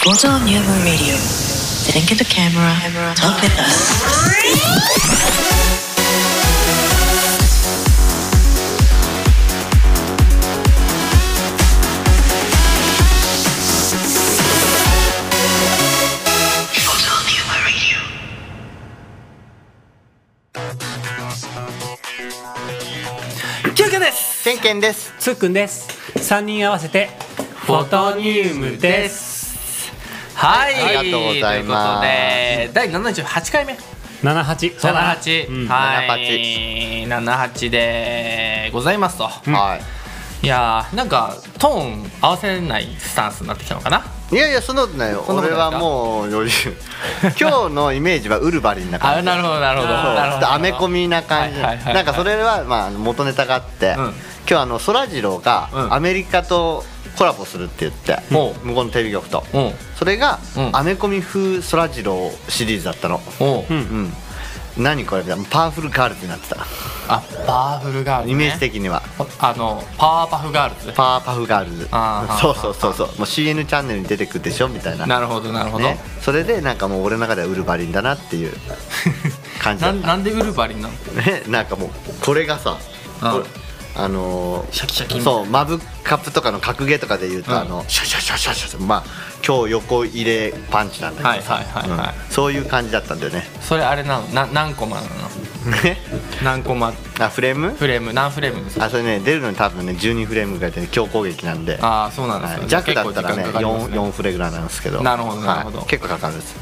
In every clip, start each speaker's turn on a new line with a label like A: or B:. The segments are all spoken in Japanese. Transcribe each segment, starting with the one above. A: Total New Moon Radio. Then get the camera. Talk with us.
B: キュウキュウです
C: ケンケンです。
D: つーくんです3人合わせてフォトニウムです
B: はい、
C: ありがとうございます
B: ということで第78回目
D: 78そうだ
B: 78、
D: うん
B: はい78でございますと、
C: はい。
B: やーなんかトーン合わせないスタンスになってきたのかない
C: いやいや、そんなことないよ。
B: そんなこ
C: 俺
B: とない
C: はもう余裕。 今日のイメージはウルバリンな
B: あ
C: 感じ。
B: なるほどなるほど
C: そう
B: なるほ
C: ちょっ
B: ど
C: とアメコミな感じ。
B: はいはいはいはい
C: なんかそれはまあ元ネタがあって、
B: うん
C: 今日あのそらジロ
B: う
C: ー
B: ん
C: がアメリカとコラボするって言って、
B: ほう
C: 向こうのテレビ局と。
B: おう
C: それが
B: うん
C: アメコミ風そらジローシリーズだったの。
B: おう、
D: うん
C: うん。何これパワフルガールズになってた
B: あパワフルガールズ、ね、
C: イメージ的には
B: あのパワーパフガールズ
C: パワーパフガールズ
B: あー
C: そうそうそうそうもう CN チャンネルに出てくるでしょみたいな
B: なるほどなるほど、
C: ね、それでなんかもう俺の中ではウルヴァリンだなっていう感じだ
B: な
C: っ
B: ん
C: た
B: なんでウルバリンなの
C: ねなんかもうこれがさ
B: うん
C: こあのー
B: シャキシャキみたいな
C: そうマブカップとかの格ゲーとかで言うと、
B: うん
C: あのシャシャシャシャシャまあ今日横入れパンチなんだけどさ、
B: はいはいはいはい
C: うんそういう感じだったんだよね
B: それあれなのな何コマなの何コマ
C: あフレーム
B: フレーム何フレームですか
C: あそれね出るのに多分ね12フレームぐらいで強攻撃なんで
B: ああそうなんですよ、
C: は
B: ね
C: い、弱だったらね
B: 結構時間かかります
C: 4 4フレぐらいなんですけど
B: なるほど
C: はい
B: なるほど
C: 結構かかるんです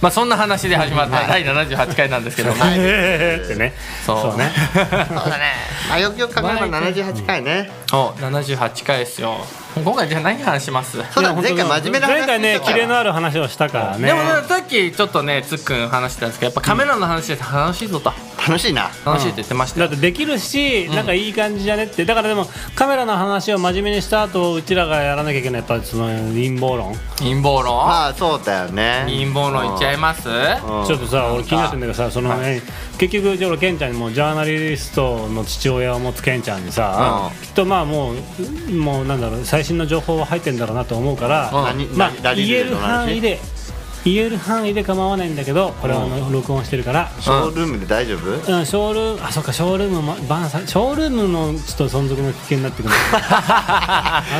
B: まあそんな話で始まった
C: は
B: 第78回なんですけども、
C: はい
D: へーってね
B: そう
D: ね
C: そうだねあよくよく考えれば78回ね、
B: お78回ですよ今回じゃあ何話します
C: そうだ前回 真面目な話
D: 前回ね
C: してたか
D: キ
C: ら
D: レのある話をしたからね
B: でもねさっきちょっとねつっくん話してたんですけどやっぱカメラの話で楽しいぞと
C: 楽しいな
B: 楽しいって言ってました
D: だ
B: よ
D: ってできるし、なんかいい感じじゃねってだからでもカメラの話を真面目にした後うちらがやらなきゃいけないやっぱりその陰謀論、
B: 陰謀論
C: まあそうだよね
B: 陰謀論いっちゃいます
C: うん
D: ちょっとさ俺気になってんだけどさその、ね結局じゃあ俺ケンちゃんにもジャーナリストの父親を持つケンちゃんにさ、
C: う
D: きっとまあもうもうなんだろう最新の情報は入ってんだろうなと思うから、
B: うん
C: 何
D: まあ
C: 何ラリ
D: 言
C: ル
D: え
C: ル
D: る
C: の話
D: 範囲で言える範囲で構わないんだけどこれはあの録音してるから、
C: ショールームで大丈夫
D: うん、ショールームあそっかショールームもバンさショールームのちょっと存続の危険になってくる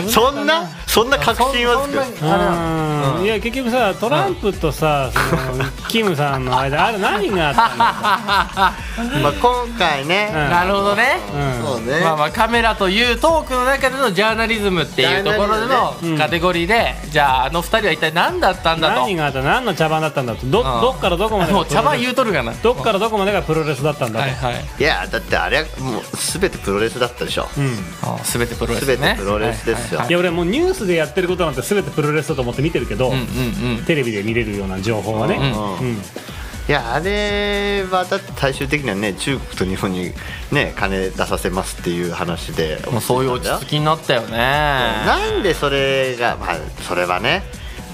D: 危い
C: そんなそんな確信はつく
B: そんそんなあれなの
D: うんいや結局さトランプとさ、そのキムさんの間あれ何があったんだ
C: まあ今回ね
D: う ん
B: なるほどね、
D: うん
C: そうね
B: まあまあカメラというトークの中でのジャーナリズムっていうところで
C: ジャーナリ
D: ズムねう
B: の
D: ん
B: カテゴリーで、じゃああの二人は一体何だったんだと
D: 何があった何の茶番だったんだとど,、
B: ん
D: どっからどこまでが
B: もう茶番言うとるがな
D: どっからどこまでがプロレスだったんだと、
B: はいはい
C: いやだってあれはもう全てプロレスだったでしょ
D: うん、
B: あ全てプロレスね
C: 全てプロレスですよ
B: はい
D: いや俺もうニュースでやってることなんて全てプロレスだと思って見てるけど、
B: はいうんうんうん
D: テレビで見れるような情報はね、
C: うん
D: うん
C: いやあれはだって最終的にはね中国と日本にね金出させますっていう話で
B: もうそういう落ち着きになったよね
C: なんでそれがまあそれはね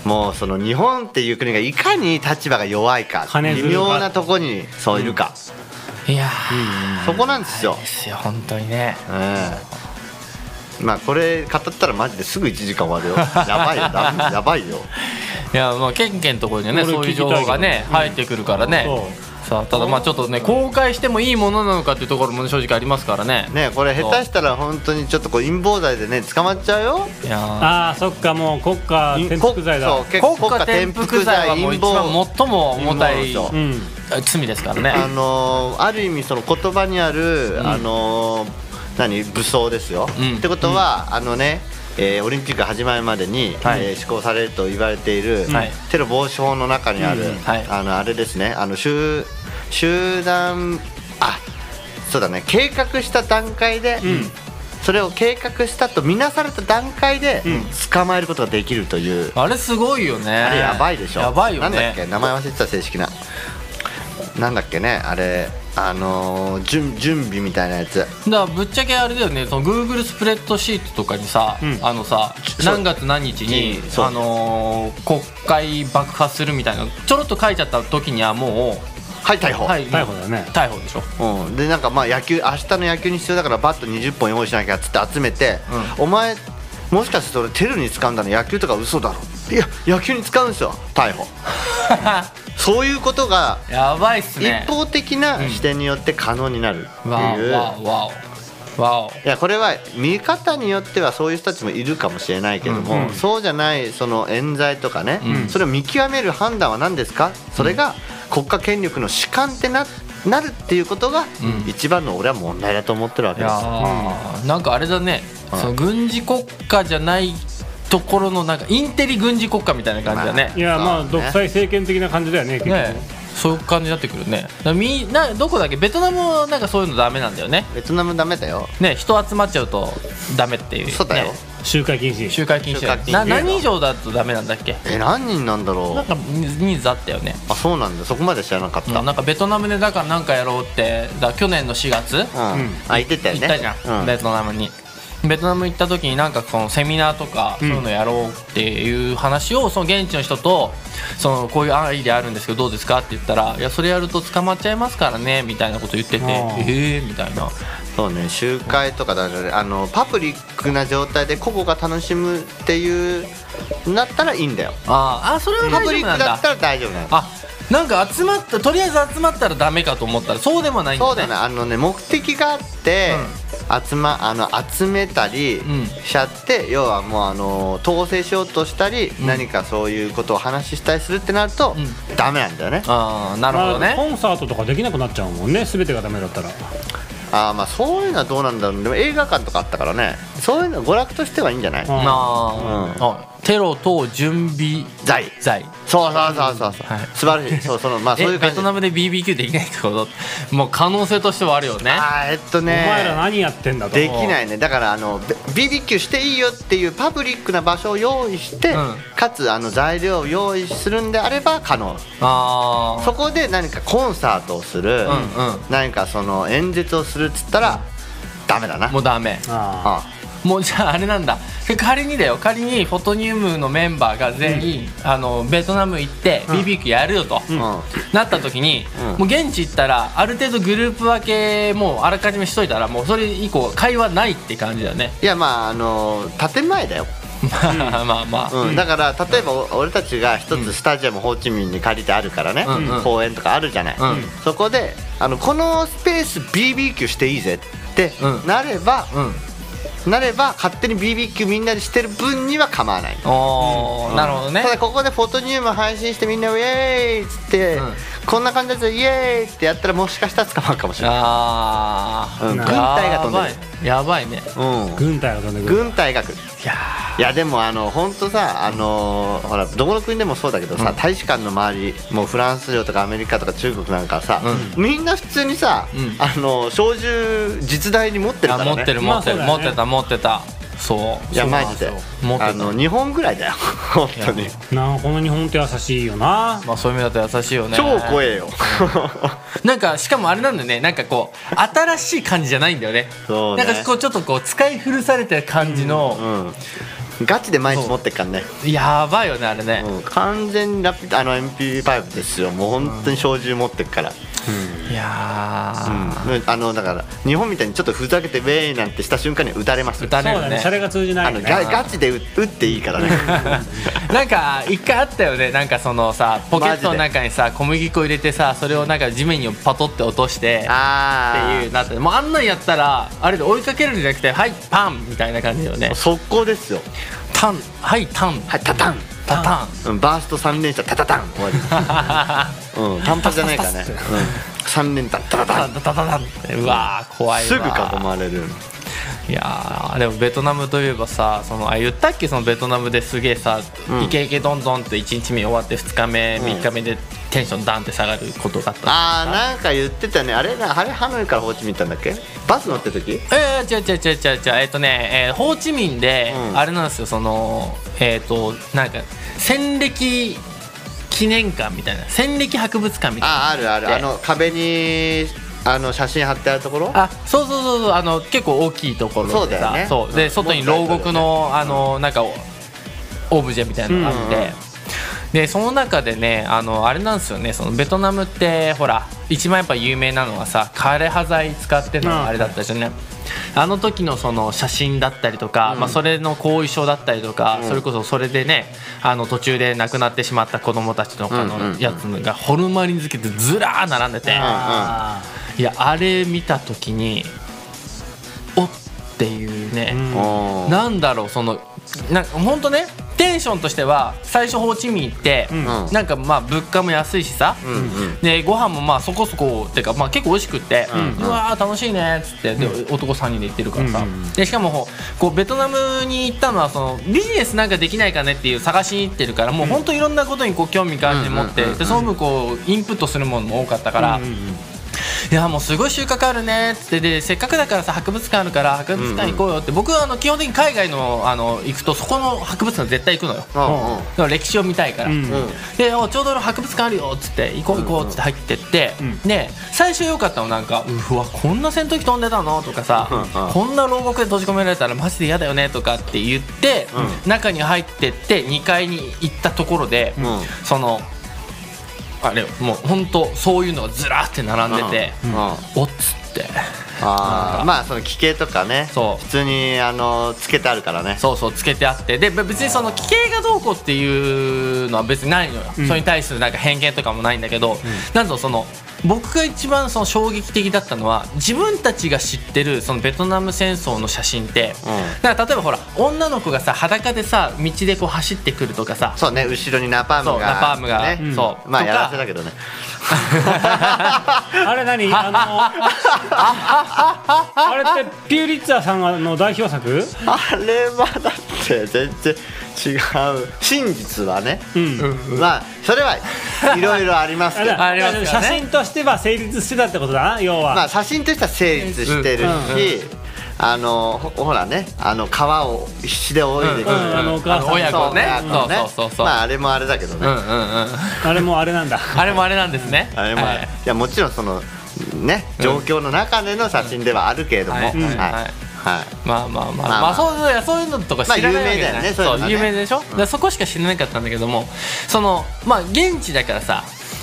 C: もうその日本っていう国がいかに立場が弱いか
D: 金
C: 微
D: づるが
C: 妙なとこにそういるか、
B: いや
C: そこなんですよ
B: ー、ですよ本当にね
C: うんまあこれ語ったらマジですぐ1時間終わるよ やばいよだやばいよ
B: いやまあケンケンのところにはね
D: 俺
B: そういう情報がね入ってくるからね
D: そう
B: さあただまあちょっとね公開してもいいものなのかっていうところもね正直ありますからね
C: ねこれ下手したら本当にちょっとこう陰謀罪でね捕まっちゃうよ
B: いやー
D: ああそっかもう国家転覆罪だ
C: そう結
B: 国
C: 構
B: 家転覆罪はもう一番最も重たい
C: 陰謀
D: う
C: 罪
D: ん
B: 罪ですからね
C: あのーある意味その言葉にある、あのー何武装ですよ、
B: うん
C: ってことは、あのねえーオリンピックが始まるまでに、
B: はい
C: えー施行されると言われている、
B: はい
C: テロ防止法の中にある、
B: うんはい
C: あのあれですねあの集集団あそうだね計画した段階で、それを計画したと見なされた段階で、捕まえることができるという、
B: あれすごいよね
C: あれやばいでしょ
B: やばいよね
C: なんだっけ名前忘れてた正式ななんだっけねあれあのー、準準備みたいなやつ
B: だからぶっちゃけあれだよねその Google スプレッドシートとかにさ、
D: ん
B: あのさ
C: う
B: 何月何日に
C: うん、そう
B: あのー国会爆破するみたいなちょろっと書いちゃった時にはも
C: はい逮
B: う
C: 捕、
B: はい
D: 逮捕だよね
B: 逮捕でしょ
C: うん、でなんかまあ野球明日の野球に必要だからバット20本用意しなきゃっつって集めて、お前もしかしてそれテルに使うんだの野球とか嘘だろいや野球に使うんですよ逮 捕そういうことが
B: やばいっす
C: 一
B: ね
C: 方的な視点によって可能になるって
B: わ
C: いう、
B: おわおわおわお
C: いやこれは見方によってはそういう人たちもいるかもしれないけども、そうじゃないその冤罪とかね、
B: うん
C: それを見極める判断は何ですかそれが国家権力の主観ってななるっていうことが
B: うん
C: 一番の俺は問題だと思ってるわ
B: い
C: けで
B: や
C: す、
B: ー、なんかあれだね、
C: はい
B: その軍事国家じゃないところのなんかインテリ軍事国家みたいな感じだね
D: いやまあ
C: そうね
D: 独裁政権的な感じだよね結局
B: ねそういう感じになってくるねだからみんなどこだっけベトナムはなんかそういうのダメなんだよね
C: ベトナムダメだよ
B: ね人集まっちゃうとダメっていう、ね、
C: そうだよ
D: 集会禁止
B: 集会禁止だよ
C: 集会禁止
B: な何以上だとダメなんだっけ
C: え何人なんだ
B: な
C: ろ
B: んか人数あったよね
C: うあそうなんだそこまで知らなかった、うん
B: なんかベトナムでだからなんかやろうってだから去年の4月、
D: うん
C: あ言ってたよ
B: 行
C: ね
B: ったじゃん、
C: うん
B: ベトナムにベトナム行った時になんかこのセミナーとかそういうのやろうっていう話をその現地の人とそのこういうアイデアあるんですけどどうですかって言ったらいやそれやると捕まっちゃいますからねみたいなこと言ってて
D: あー
B: ええー、みたいな
C: そうね集会とかだからねあのパブリックな状態で個々が楽しむっていうなったらいいんだよ
B: あーあそれは
C: パ
B: 大
C: ブ
B: 丈
C: リ
B: 夫
C: ッ
B: なん
C: クだ
B: だ
C: ったら大丈夫なの
B: あなんか集まったとりあえず集まったらダメかと思ったらそうでもないんだ、ね、
C: そうだねあのね目的があって、集まあの集めたり
B: ん
C: しちゃって、要はもうあの統制しようとしたり、何かそういうことを話ししたりするってなると、
B: うん
C: ダメなんだよね
B: ああなるほど
D: まあ
B: ね
D: コンサートとかできなくなっちゃうもんね全てがダメだったら
C: あーまあそういうのはどうなんだろうでも映画館とかあったからねそういうの娯楽としてはいいんじゃない、
D: うん
B: あー、あテロ等準備
C: 罪
B: 罪
C: そうそうそうそうそう、
B: はい
C: 素晴らしいそうそのまあそう い
B: え
C: う感
B: ベ
C: じ
B: トナムで BBQ できないってこともう可能性としてはあるよね
C: あーえっと
D: お
C: ね
D: 前ら何やってんだと
C: できないねだからあのべ BBQ していいよっていうパブリックな場所を用意して、
B: うん
C: かつあの材料を用意するんであれば可能
B: あ
C: そこで何かコンサートをす
B: うん
C: る、
B: うん
C: 何かその演説をするっつったら、ダメだ
B: あ
C: な
B: もうダメ
C: あ
D: あ
B: もうじゃああれなんだで仮にだよ仮にフォトニウムのメンバーが全員、あのベトナム行って
D: ん
B: BBQ やるよと、
C: うん
B: なった時に、
C: うん
B: もう現地行ったらある程度グループ分けもうあらかじめしといたらもうそれ以降会話ないって感じだよね
C: いやまああの建前だよ、
B: まあまあまあ、
C: うんだから例えばお俺たちが一つスタジアムホーチミンに借りてあるからね、
B: うんうん
C: 公園とかあるじゃない、
B: うん
C: そこであのこのスペース BBQ していいぜって
B: うん
C: なれば、
B: うん
C: なれば勝手に BBQ みんなでしてる分には構わない、
B: おー、なるほどね
C: ただここでフォトニウム配信してみんなウェーイっつって、
B: うん
C: こんな感じでイエーイってやったらもしかしたら捕まるかもしれない、
B: あー
C: うん
B: や
C: 軍
B: ばい
C: 隊が飛んで
B: やばいね
C: うん
D: あ軍隊が飛んでくる
C: 軍隊が来る
B: いや
C: いやでもあの本当さあのーほらどこの国でもそうだけどさ、大使館の周りもうフランス領とかアメリカとか中国なんかさ、みんな普通にさ、
B: うん
C: あの小銃実弾に持ってるからね
B: 持ってる
D: ま
B: 持
D: あ
B: ってる、
D: そうだ
B: 持
D: よ
B: っ
D: ね
B: てた持ってたそう
C: い
B: い
C: やマジで
B: 持って
C: あ
B: た
C: の日本ぐらいだよ 本当に
B: いや
D: なあこの日本って優しいよな
B: まあそういう意味だと優しいよね
C: 超怖え よ
B: なんかしかもあれなんだよねなんかこう新しい感じじゃないんだよね
C: そうね
B: なんかこうちょっとこう使い古されてる感じの、
C: うんガチで毎日持ってっからね
B: やばいよねあれね、
C: うん完全にラピあの MP5 ですよもう本当に小銃持ってっから、
B: いやー、
C: うんあのだから日本みたいにちょっとふざけてウェイなんてした瞬間に撃たれます
B: 撃た
D: そう
B: れる
D: だねシャレが通じな
C: あ
D: い
C: の
D: よ
C: ガ
D: ね
C: ガチで撃撃っていいからね
B: なん か一回あったよねなんかそのさポケットの中にさ小麦粉入れてさそれをなんか地面にパトって落としてっ
C: あ
B: ていうなってもうあんなんやったらあれで追いかけるんじゃなくてはいパンみたいな感じだよね
C: あ速攻ですよ
B: タンはいタン
C: はいタタン、
B: タタン
C: うん、バースト3連射タタタン終わり、うん、単発じゃないか らね、うん、3連打タタタ
B: タ
C: ン
B: ンタタタンってうわー怖いわ
C: すぐ囲まれる
B: いやーでもベトナムといえばさそのあ言ったっけそのベトナムですげえさ、
C: うん
B: イケイケどんどんって1日目終わって2日目
C: ん
B: 3日目でテンションダンって下がることがあった、
C: ああなんか言ってたねあれなあれハノイからホーチミン行ったんだっけバス乗ってる時
B: えー、違う違う違う違う違うえっ、とね、えーホーチミンで、
C: うん
B: あれなんですよそのえっ、となんか戦歴記念館みたいな戦歴博物館みたいな
C: ああるある
B: で
C: あの壁にあの写真貼ってあるところ
B: あそうそうそうそうあの結構大きいところでさ
C: そうだよね
B: そう
C: う
B: で
C: ん
B: 外に牢獄の、あのなんかオオブジェみたいなのがあって、
C: うんうんうん
B: でその中でねあのあれなんですよねそのベトナムってほら一番やっぱ有名なのはさ枯葉剤使ってるのがあれだったじゃんね、あの時のその写真だったりとか、まあ、それの後遺症だったりとか、それこそそれでねあの途中で亡くなってしまった子供たちのあ
C: うんうんう
B: の
C: ん
B: やつがホルマリン漬けってずらー並んでて、
D: あ
B: いやあれ見た時におっていうね、
D: うん
C: おー
B: なんだろうそのなんかほんとねテンションとしては最初ホーチミン行って、
D: ん
B: なんかまあ物価も安いしさ、
C: うんうん
B: でご飯もまあそこそこっていうか、まあ、結構美味しくって、
C: う
B: うんわー楽しいねっつってで、男3人で行ってるからさ、
D: うんうんうん
B: でしかもこうこうベトナムに行ったのはそのビジネスなんかできないかねっていう探しに行ってるからもう本当いろんなことにこう興味関心持って、
C: うんうんうんうん
B: でその分こうインプットするものも多かったから。
D: うんうん
B: いやもうすごい収穫あるねっつってでせっかくだからさ博物館あるから博物館行こうよって、僕はあの基本的に海外のあの行くとそこの博物館絶対行くのよだ
C: う
B: か
C: ん
B: ら歴史を見たいから、
D: うん
C: うんうん
B: でおちょうどの博物館あるよっつって行こう行こうっつって入ってって、
D: うん
B: で最初良かったのなんかうわこんな戦闘機飛んでたのとかさ、
C: うんうん
B: こんな牢獄で閉じ込められたらマジで嫌だよねとかって言って、中に入ってって2階に行ったところで、
C: うん
B: そのあれよもう本当そういうのがずらーって並んでて、
C: うんうん
B: おっつって
C: あーまあその奇形とかね
B: そう
C: 普通にあのつけてあるからね
B: そうそうつけてあってでべ別にその奇形がどうこうっていうのは別にないのよ、
D: ん
B: それに対するなんか偏見とかもないんだけど、なんとその僕が一番その衝撃的だったのは自分たちが知ってるそのベトナム戦争の写真って、
C: うん
B: なんか例えばほら女の子がさ裸でさ道でこう走ってくるとかさ
C: そうね後ろにナパームが
B: そうナパームが
C: ね
B: うんそう
C: まあ
B: とか
C: やらせだけどね
D: あれ何あのあれってピューリッツァーさんがの代表作
C: あれはだって全然違う真実はね、
D: うん
C: まあそれはいろいろあります けど
D: だから
B: ありますよね
D: 写真としては成立してたってことだな要は、
C: まあ写真としては成立してるし、
D: うん
C: あのほほらねあの川を必死で泳いでいく、
D: うんうんあのお母さん
B: 親
C: そ
B: 子
C: う
B: ね
C: ね
B: そうそうそうそう、
C: まああれもあれだけど
B: う
C: ね、
B: んうんうん
D: あれもあれなんだ
B: あれもあれなんですね。
C: あれもあれ、
B: はい
C: い、やもちろんそのね状況の中での写真ではあるけれども、
B: はい
C: はい、
B: はい
C: はい
B: まあまあまあ、ま
C: まあ
B: あ、
C: まあ
B: そうそういやそういうのとか知らないわけじゃない、
C: まあ有名だよねそういうのね
B: 有名でしょ、だからそこしか知らなかったんだけどもそのまあ現地だからさ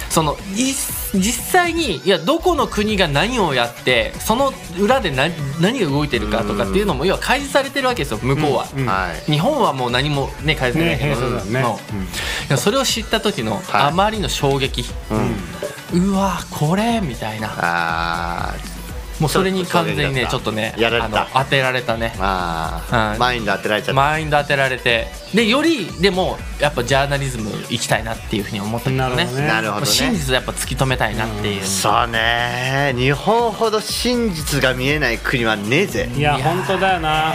B: そのい実際にいやどこの国が何をやってその裏で何何が動いてるかとかっていうのも要は開示されてるわけですよ向こうは、
D: うん
C: はい
B: 日本はもう何もね開示されないけ
D: ね
B: ど、
D: そうだね
B: うんいやそれを知った時の
C: はい
B: あまりの衝撃、うわこれみたいな
C: あ
B: もうそれに完全にね
C: ち
B: ち
C: ょ
B: ょ
C: っ
B: っ
C: と衝
B: と
C: 撃だった
B: ね
C: やられた
B: あの当てられたね
C: ーまあ、
B: はい
C: マインド当てられちゃった、
B: マインド当てられてでよりでもやっぱジャーナリズム行きたいなっていうふうに思ったけど
D: なる
B: ね
D: ほどね
C: なるほ
B: もう
C: ど
B: 真
C: ね
B: 実をやっぱ突き止めたいなっていう、
C: そうね日本ほど真実が見えない国はねえぜ
D: いや本当だよな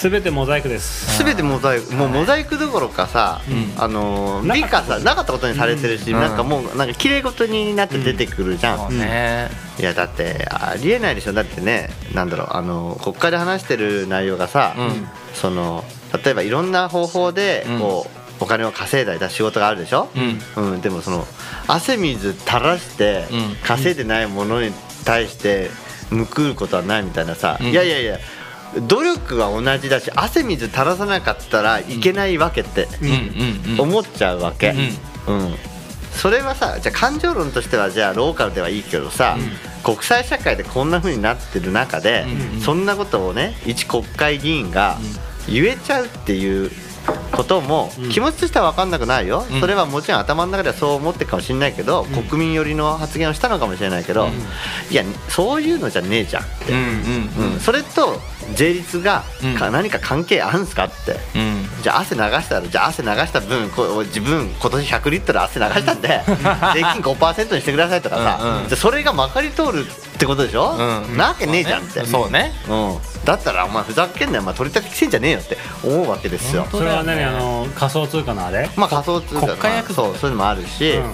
D: 全てモザイクです
C: 全てモザイクもうモザイクどころかさ、あのー美化さなかったことにされてるし、なんかもうなんか綺麗事になって出てくるじゃん、
B: そうね、
C: いやだってありえないでしょだってねなんだろうあの国会で話してる内容がさ、
B: うん
C: その例えばいろんな方法で
B: うん
C: こう、お金を稼いだりだ仕事があるでしょ、うんでもその汗水垂らして
B: うん
C: 稼いでないものに対して報うことはないみたいなさ、
B: うん
C: いやいやいや努力は同じだし汗水垂らさなかったらいけないわけって
B: うん、うんうん
C: 思っちゃうわけ、うんそれはさじゃあ感情論としてはじゃあローカルではいいけどさ、国際社会でこんな風になってる中で、
B: うんうん
C: そんなことをね一国会議員が言えちゃうっていうことも気持ちとしては分かんなくないよ、
B: うん
C: それはもちろん頭の中ではそう思ってるかもしれないけど、国民寄りの発言をしたのかもしれないけど、いやそういうのじゃねえじゃんって、
B: うんうん
C: うんそれと税率がか
B: うん
C: 何か関係あるんすかって。
B: うんうん
C: じゃあ汗流したらじゃあ汗流した分こう自分今年100リットル汗流した んで税金5%にしてくださいとかさ、
B: うんうん
C: じゃあそれがまかり通るってことでしょ、
B: うん
C: なわけねえじゃんって
B: そうね
C: うん、だったらお前ふざけんなよ、まあ、取り立てきてんじゃねえよって思うわけですよ
B: 本当
D: それは
B: そうだ
D: 何
B: よ
D: あ
B: ね
D: の仮想通貨のあれ
C: まあ仮想通貨
B: 国家役
C: まあそうそういうのもあるし、
D: うん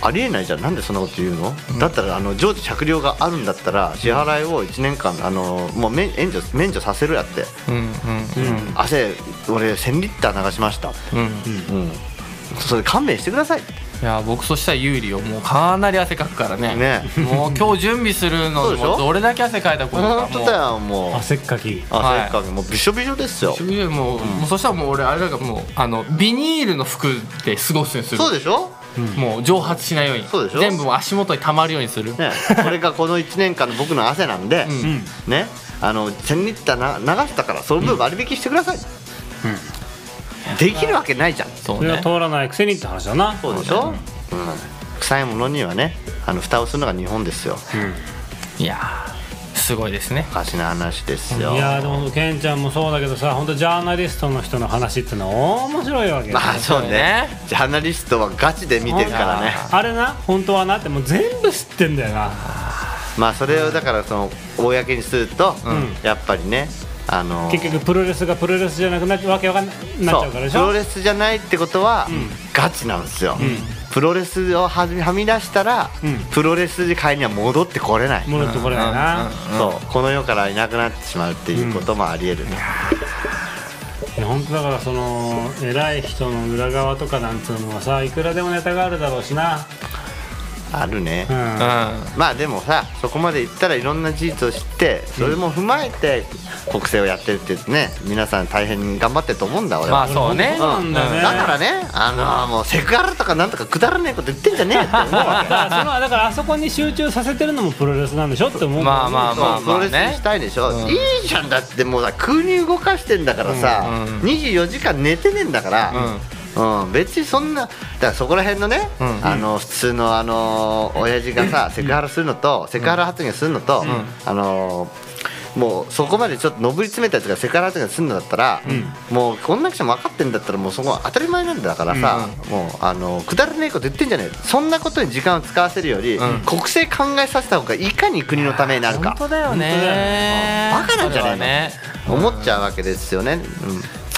C: ありえないじゃんなんでそんなこと言うの、だったらあの常時着料があるんだったら支払いを1年間あのもう免免除免除させるやって、
B: うんうん
C: 汗俺1000リッター流しました、
B: うんうん
C: うん、それ勘弁してください
B: いや僕としては有利をもうかなり汗かくからね
C: ね
B: もう今日準備する
C: そう
B: の
C: でしょ
B: もどれだけ汗かいたことかも
C: 本当
B: う
C: だよもう
D: 汗っかき
B: はい
C: 汗っかきもうびしょびしょですよ
B: いやもう,、もうそしたらもう俺あれだからもうあのビニールの服で過ごすようにする
C: そうでしょ
B: もう蒸発しないように
C: そうでしょ
B: 全部もう足元に溜まるようにする、
C: ねこれがこの1年間の僕の汗なんで
B: うん
D: うん
C: ねあの1000リッターな流したからその分割引してください、できるわけないじゃん
B: そ
D: そうれが
B: ね
D: 通らないくせにって話だな
C: そうでしょ、うん臭いものにはねあの蓋をするのが日本ですよ
B: いやーすごいですね
C: おかしな話です
D: い
C: よ
D: やーでもケンちゃんもそうだけどさ本当ジャーナリストの人の話ってのは面白いわけよ
C: まあそう
B: そうね
C: ねジャーナリストはガチで見てるからね
D: あれな本当はなってもう全部知ってんだよな
C: まあそれをだからその公にすると、やっぱりねあの
D: 結局プロレスがプロレスじゃなくなっわけわかんなくなっちゃうからでし
C: そうプロ
D: ょ
C: レスじゃないってことは、ガチなんですよ、プロレスをはみはみ出したら、
D: うん
C: プロレス界には戻ってこれない、
D: 戻ってこれないな
C: そうこの世からいなくなってしまうっていうこともありえる、
D: いや本当だからその偉い人の裏側とかなんつうのはさいくらでもネタがあるだろうしな
C: あるね、
D: うん
B: うん
C: まあでもさそこまで言ったらいろんな事実を知ってそれも踏まえて国政をやってるってね皆さん大変に頑張ってると思うんだ俺は、
B: まあそうね
D: そうなんだよね
C: だからねあのもうセクハラとかなんとかくだらないこと言ってんじゃねえよって思うわ
D: だ
C: け
D: からそれはだからあそこに集中させてるのもプロレスなんでしょって思う
B: まあまあまあ
C: プロ
B: まあ
C: レスに
B: ね
C: したいでしょ、いいじゃんだってもうさ空に動かしてんだからさ、
B: うん
C: 24時間寝てねえんだから、うん別にそんなだからそこら辺のね、
B: うん
C: あの普通のあの親父がさセクハラするのと、セクハラ発言するのと、あのもうそこまでちょっと上り詰めたやつがセクハラ発言するのだったら、もうこんな人も分かってんだったらもうそこは当たり前なんだからさ、もうあのくだらねえこと言ってんじゃねえそんなことに時間を使わせるより、
B: ん
C: 国政考えさせた方がいかに国のためになるか
B: 本当だよね
C: 本当だよバカなんじゃないの
B: それはね
C: 思っちゃうわけですよね、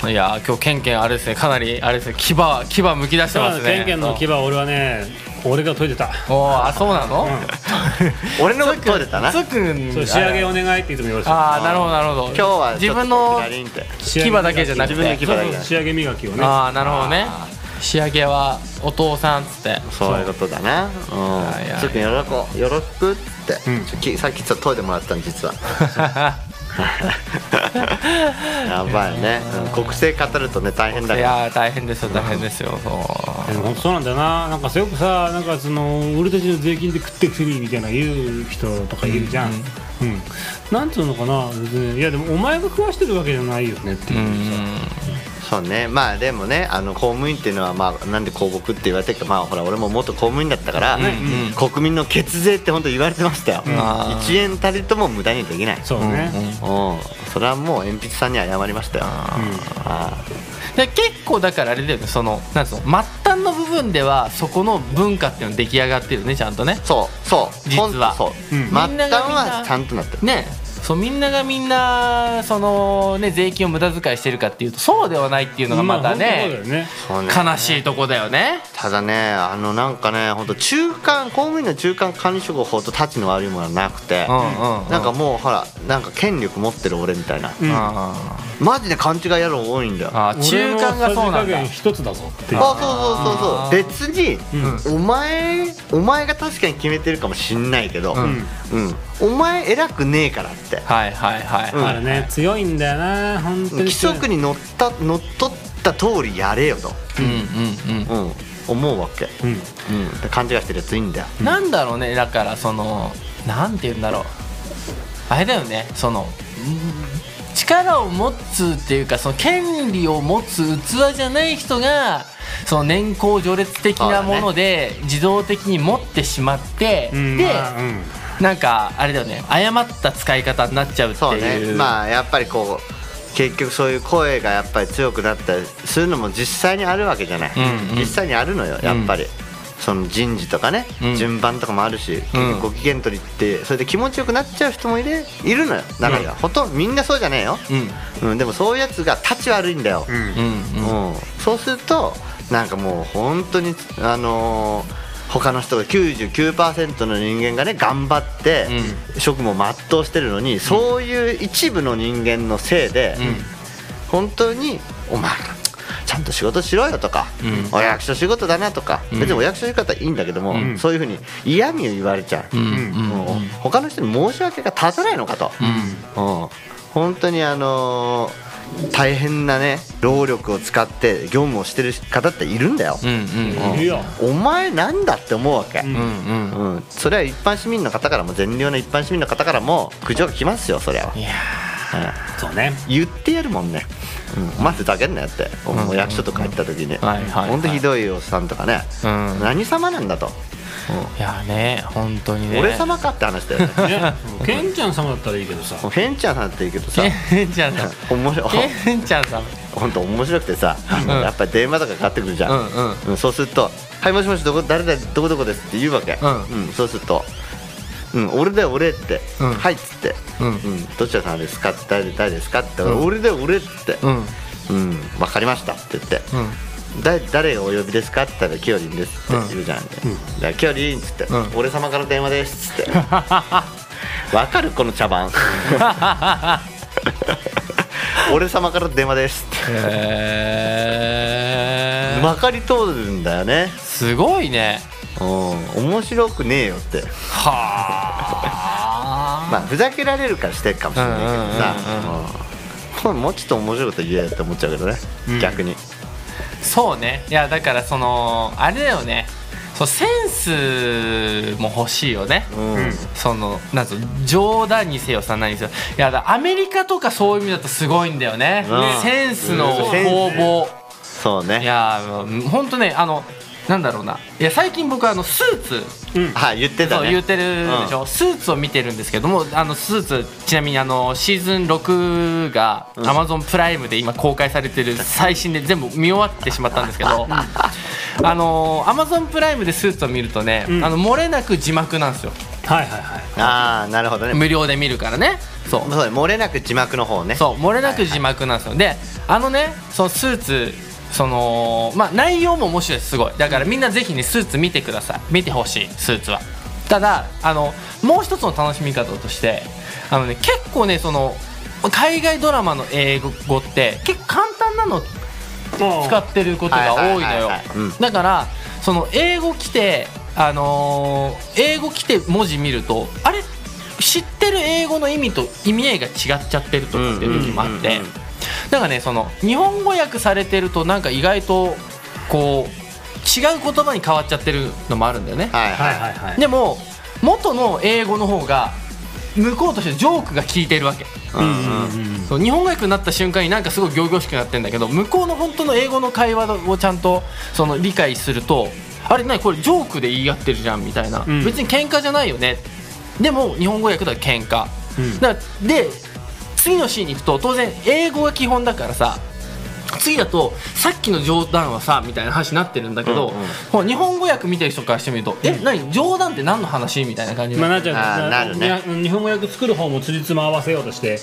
B: いやー今日ケンケンあれですねかなりあれですね牙牙むき出してますね
D: ケンケンの牙を俺はね俺が研いでた
B: おーあそうなの、
C: うん俺のこと取れたな今
B: つくん
D: そう仕上げお願いっていつも言われてた
B: ああなるほどなるほど
C: 日はち
B: 自
C: ょっと
B: 分の
C: ピラリンって
D: 仕
B: 牙
D: 上げ磨
B: だ
D: き
B: けじゃなく
C: 自分の
B: て
C: 牙
D: そう
C: だけ
D: そう仕上げ磨きをね
B: ああなるほどね仕上げはお父さんっつって
C: そういうことだな
B: やいや
C: うんちょっとよろこよろしくって、ちょきさっきちょっと研いでもらった の実はやばいね、うん国政語るとね大変 だ
B: い
C: から
B: やー大変ですよ大変ですよそう
D: でも本当そうなんだよななんかよくさなんかその俺たちの税金で食ってくせにみたいな言う人とかいるじゃん、うんなんつうのかな別にいやでもお前が食わしてるわけじゃないよねっていう、
C: そうねまあでもねあの公務員っていうのは、まあ、なんで公僕って言われてるかまあほら俺も元公務員だったから、国民の血税って本当言われてましたよ、
B: あー
C: 1円たりとも無駄にできない
D: そうね、
C: うん、それはもう鉛筆さんには謝りましたよ、あ
B: で結構だからあれだよねそのなんつうの末端の部分ではそこの文化っていうの出来上がってるよねちゃんとね
C: ーそうそう
B: 実は
C: ほんとそう、
D: うん
C: 末端はちゃんとなってる
B: ねそうみんながみんなそのね税金を無駄遣いしてるかっていうとそうではないっていうのがまた
D: あ本当
B: ね
D: そうだよね
C: そうね
B: 悲しいとこだよね
C: ただねあのなんかね本当中間公務員の中間管理職ほどたちの悪いものはなくて、
B: うんうんうん
C: なんかもうほらなんか権力持ってる俺みたいな、
D: うん
B: あ
C: マジで勘違い野郎多いんだよ
B: あー中間がそうなん
D: 俺のさじ加
B: だ
D: 減一つだぞっていう
C: あ
B: あ
C: そ
B: ー
C: うそうそうそう別に、お前お前が確かに決めてるかもしんないけど、うんお前偉くねえからって
B: はいはいはい
C: うん
B: は
D: あれね強いんだよな本当に
C: 規則にのった乗っ取った通りやれよと、
B: いうんうんうん
C: うん、思うわけ、
D: うん
C: うん、で勘違いしてるやついいんだよ
B: なんだろうねだからそのなんて言うんだろうあれだよねそのうん力を持つっていうかその権利を持つ器じゃない人がその年功序列的なもので自動的に持ってしまって、
D: うん
B: で、
D: まあうん
B: なんかあれだよね誤った使い方になっちゃうって
C: そう
B: いう
C: ねまあやっぱりこう結局そういう声がやっぱり強くなったりするのも実際にあるわけじゃない、
B: うんうん
C: 実際にあるのよやっぱり、その人事とかね、
B: うん
C: 順番とかもあるし、結局ご機嫌取りってそれで気持ちよくなっちゃう人もいるいるのよ中には、ほとんどみんなそうじゃねえよ、うんでもそういうやつがたち悪いんだよ、
D: う
B: う
D: ん
B: んうん
C: うん、そうするとなんかもう本当にあのー他の人が99%の人間がね頑張って職務を全うしてるのに、そういう一部の人間のせいで、本当にお前ちゃんと仕事しろよとか、お役所仕事だなとか、別にお役所仕事はいいんだけども、そういうふうに嫌味を言われちゃう、もう他の人に申し訳が立たないのかと、うん本当にあのー大変なね労力を使って業務をしてる方っているんだよ、
B: うんうん
D: いるよ
C: お前なんだって思うわけ、うん
B: うんうん
C: それは一般市民の方からも善良な一般市民の方からも苦情が来ますよそりゃ、
B: いや
D: そうね
C: 言ってやるもんね、うん、マジでざけんなよって、もう役所とか行った時に、
B: はいはいはい
C: ほんとひどいおっさんとかね、
B: うん
C: 何様なんだと、
B: ーいやーね本当にね
C: 俺 様かって話だよね
D: ねケンちゃん様だったらいいけどさ
C: もうフェンちゃんさんって言うけどさ
B: ケンちゃんさ ん
C: おもろ
B: ケンちゃんさん
C: 本当面白くてさ、やっぱり電話とかかかってくるじゃん、
B: うん
C: うんそうすると「はいもしもしどこ誰だどこどこです」って言うわけ、
B: うん
C: そうすると「うん俺だよ俺」って「
B: うん
C: はい」っつって「
B: うん
C: どちらさんですか?」って「誰誰ですか?」って「
B: ん
C: 俺だよ俺」って「
B: うんうん
C: うん、分かりました」って言って
B: うん
C: だ誰がお呼びですか?」って言ったら「きよりんです」って言うじゃん「だからきよりん」っつって、
B: うん
C: 俺様から電話です」っつって「わかるこの 茶番俺様から電話です」って
B: へー
C: まかり通るんだよね
B: すごいね
C: うん面白くねえよって
B: はあ
C: まあふざけられるからしてるかもしれないけどさ
B: うんうんうん
C: うんもうちょっと面白いこと言えよって思っちゃうけどね、逆に
B: そうねいやだからそのあれだよねそうセンスも欲しいよね
C: うん、
B: そのなんつうの冗談にせよさ何にせよいやだアメリカとかそういう意味だとすごいんだよね、
C: うん
B: センスの
C: うんセンス
B: 攻防、
C: そう
B: い
C: ね
B: や本当ねあのなんだろうないや最近僕あのスーツ
C: はい言ってた
B: そう
C: ね
B: 言ってるでしょ、スーツを見てるんですけどもあのスーツちなみにあのシーズン6が Amazon プライムで今公開されてる最新で全部見終わってしまったんですけど あの Amazon プライムでスーツを見るとね、
D: ん
B: あの漏れなく字幕なんですよ
D: はいはいはい
C: ああなるほどね
B: 無料で見るからねそう
C: そうね漏れなく字幕の方ね
B: そう漏れなく字幕なんですよ、であのねそのスーツそのまあ内容も面白いですすごいだからみんなぜひねスーツ見てください見てほしいスーツはただあのもう一つの楽しみ方としてあのね結構ねその海外ドラマの英語って結構簡単なの使ってることが多いの
C: はいはいはい
B: よ
C: はいうん
B: だからその英語来てあのー英語来て文字見るとあれ知ってる英語の意味と意味合いが違っちゃってるとかっていう時もあっ
C: うんうん
B: て
C: うんうん
B: だからねその日本語訳されてるとなんか意外とこう違う言葉に変わっちゃってるのもあるんだよね
C: はい
D: は
C: はいい
D: はいはい
B: でも元の英語の方が向こうとしてジョークが効いてるわけ
C: うんうん
B: そう日本語訳になった瞬間になんかすごい仰々しくなってんだけど向こうの本当の英語の会話をちゃんとその理解するとあれ何これジョークで言い合ってるじゃんみたいな、
D: ん
B: 別に喧嘩じゃないよねでも日本語訳だと喧嘩、だからで次のシーンに行くと当然英語が基本だからさ次だとさっきの冗談はさみたいな話になってるんだけど、
C: うんうん
B: ほら日本語訳見てる人からしてみると、え何冗談って何の話みたいな感じに
D: まあ
B: な
D: な
B: る
D: っちゃう
C: あーなるね
D: いや日本語訳作る方もつりつま合わせようとして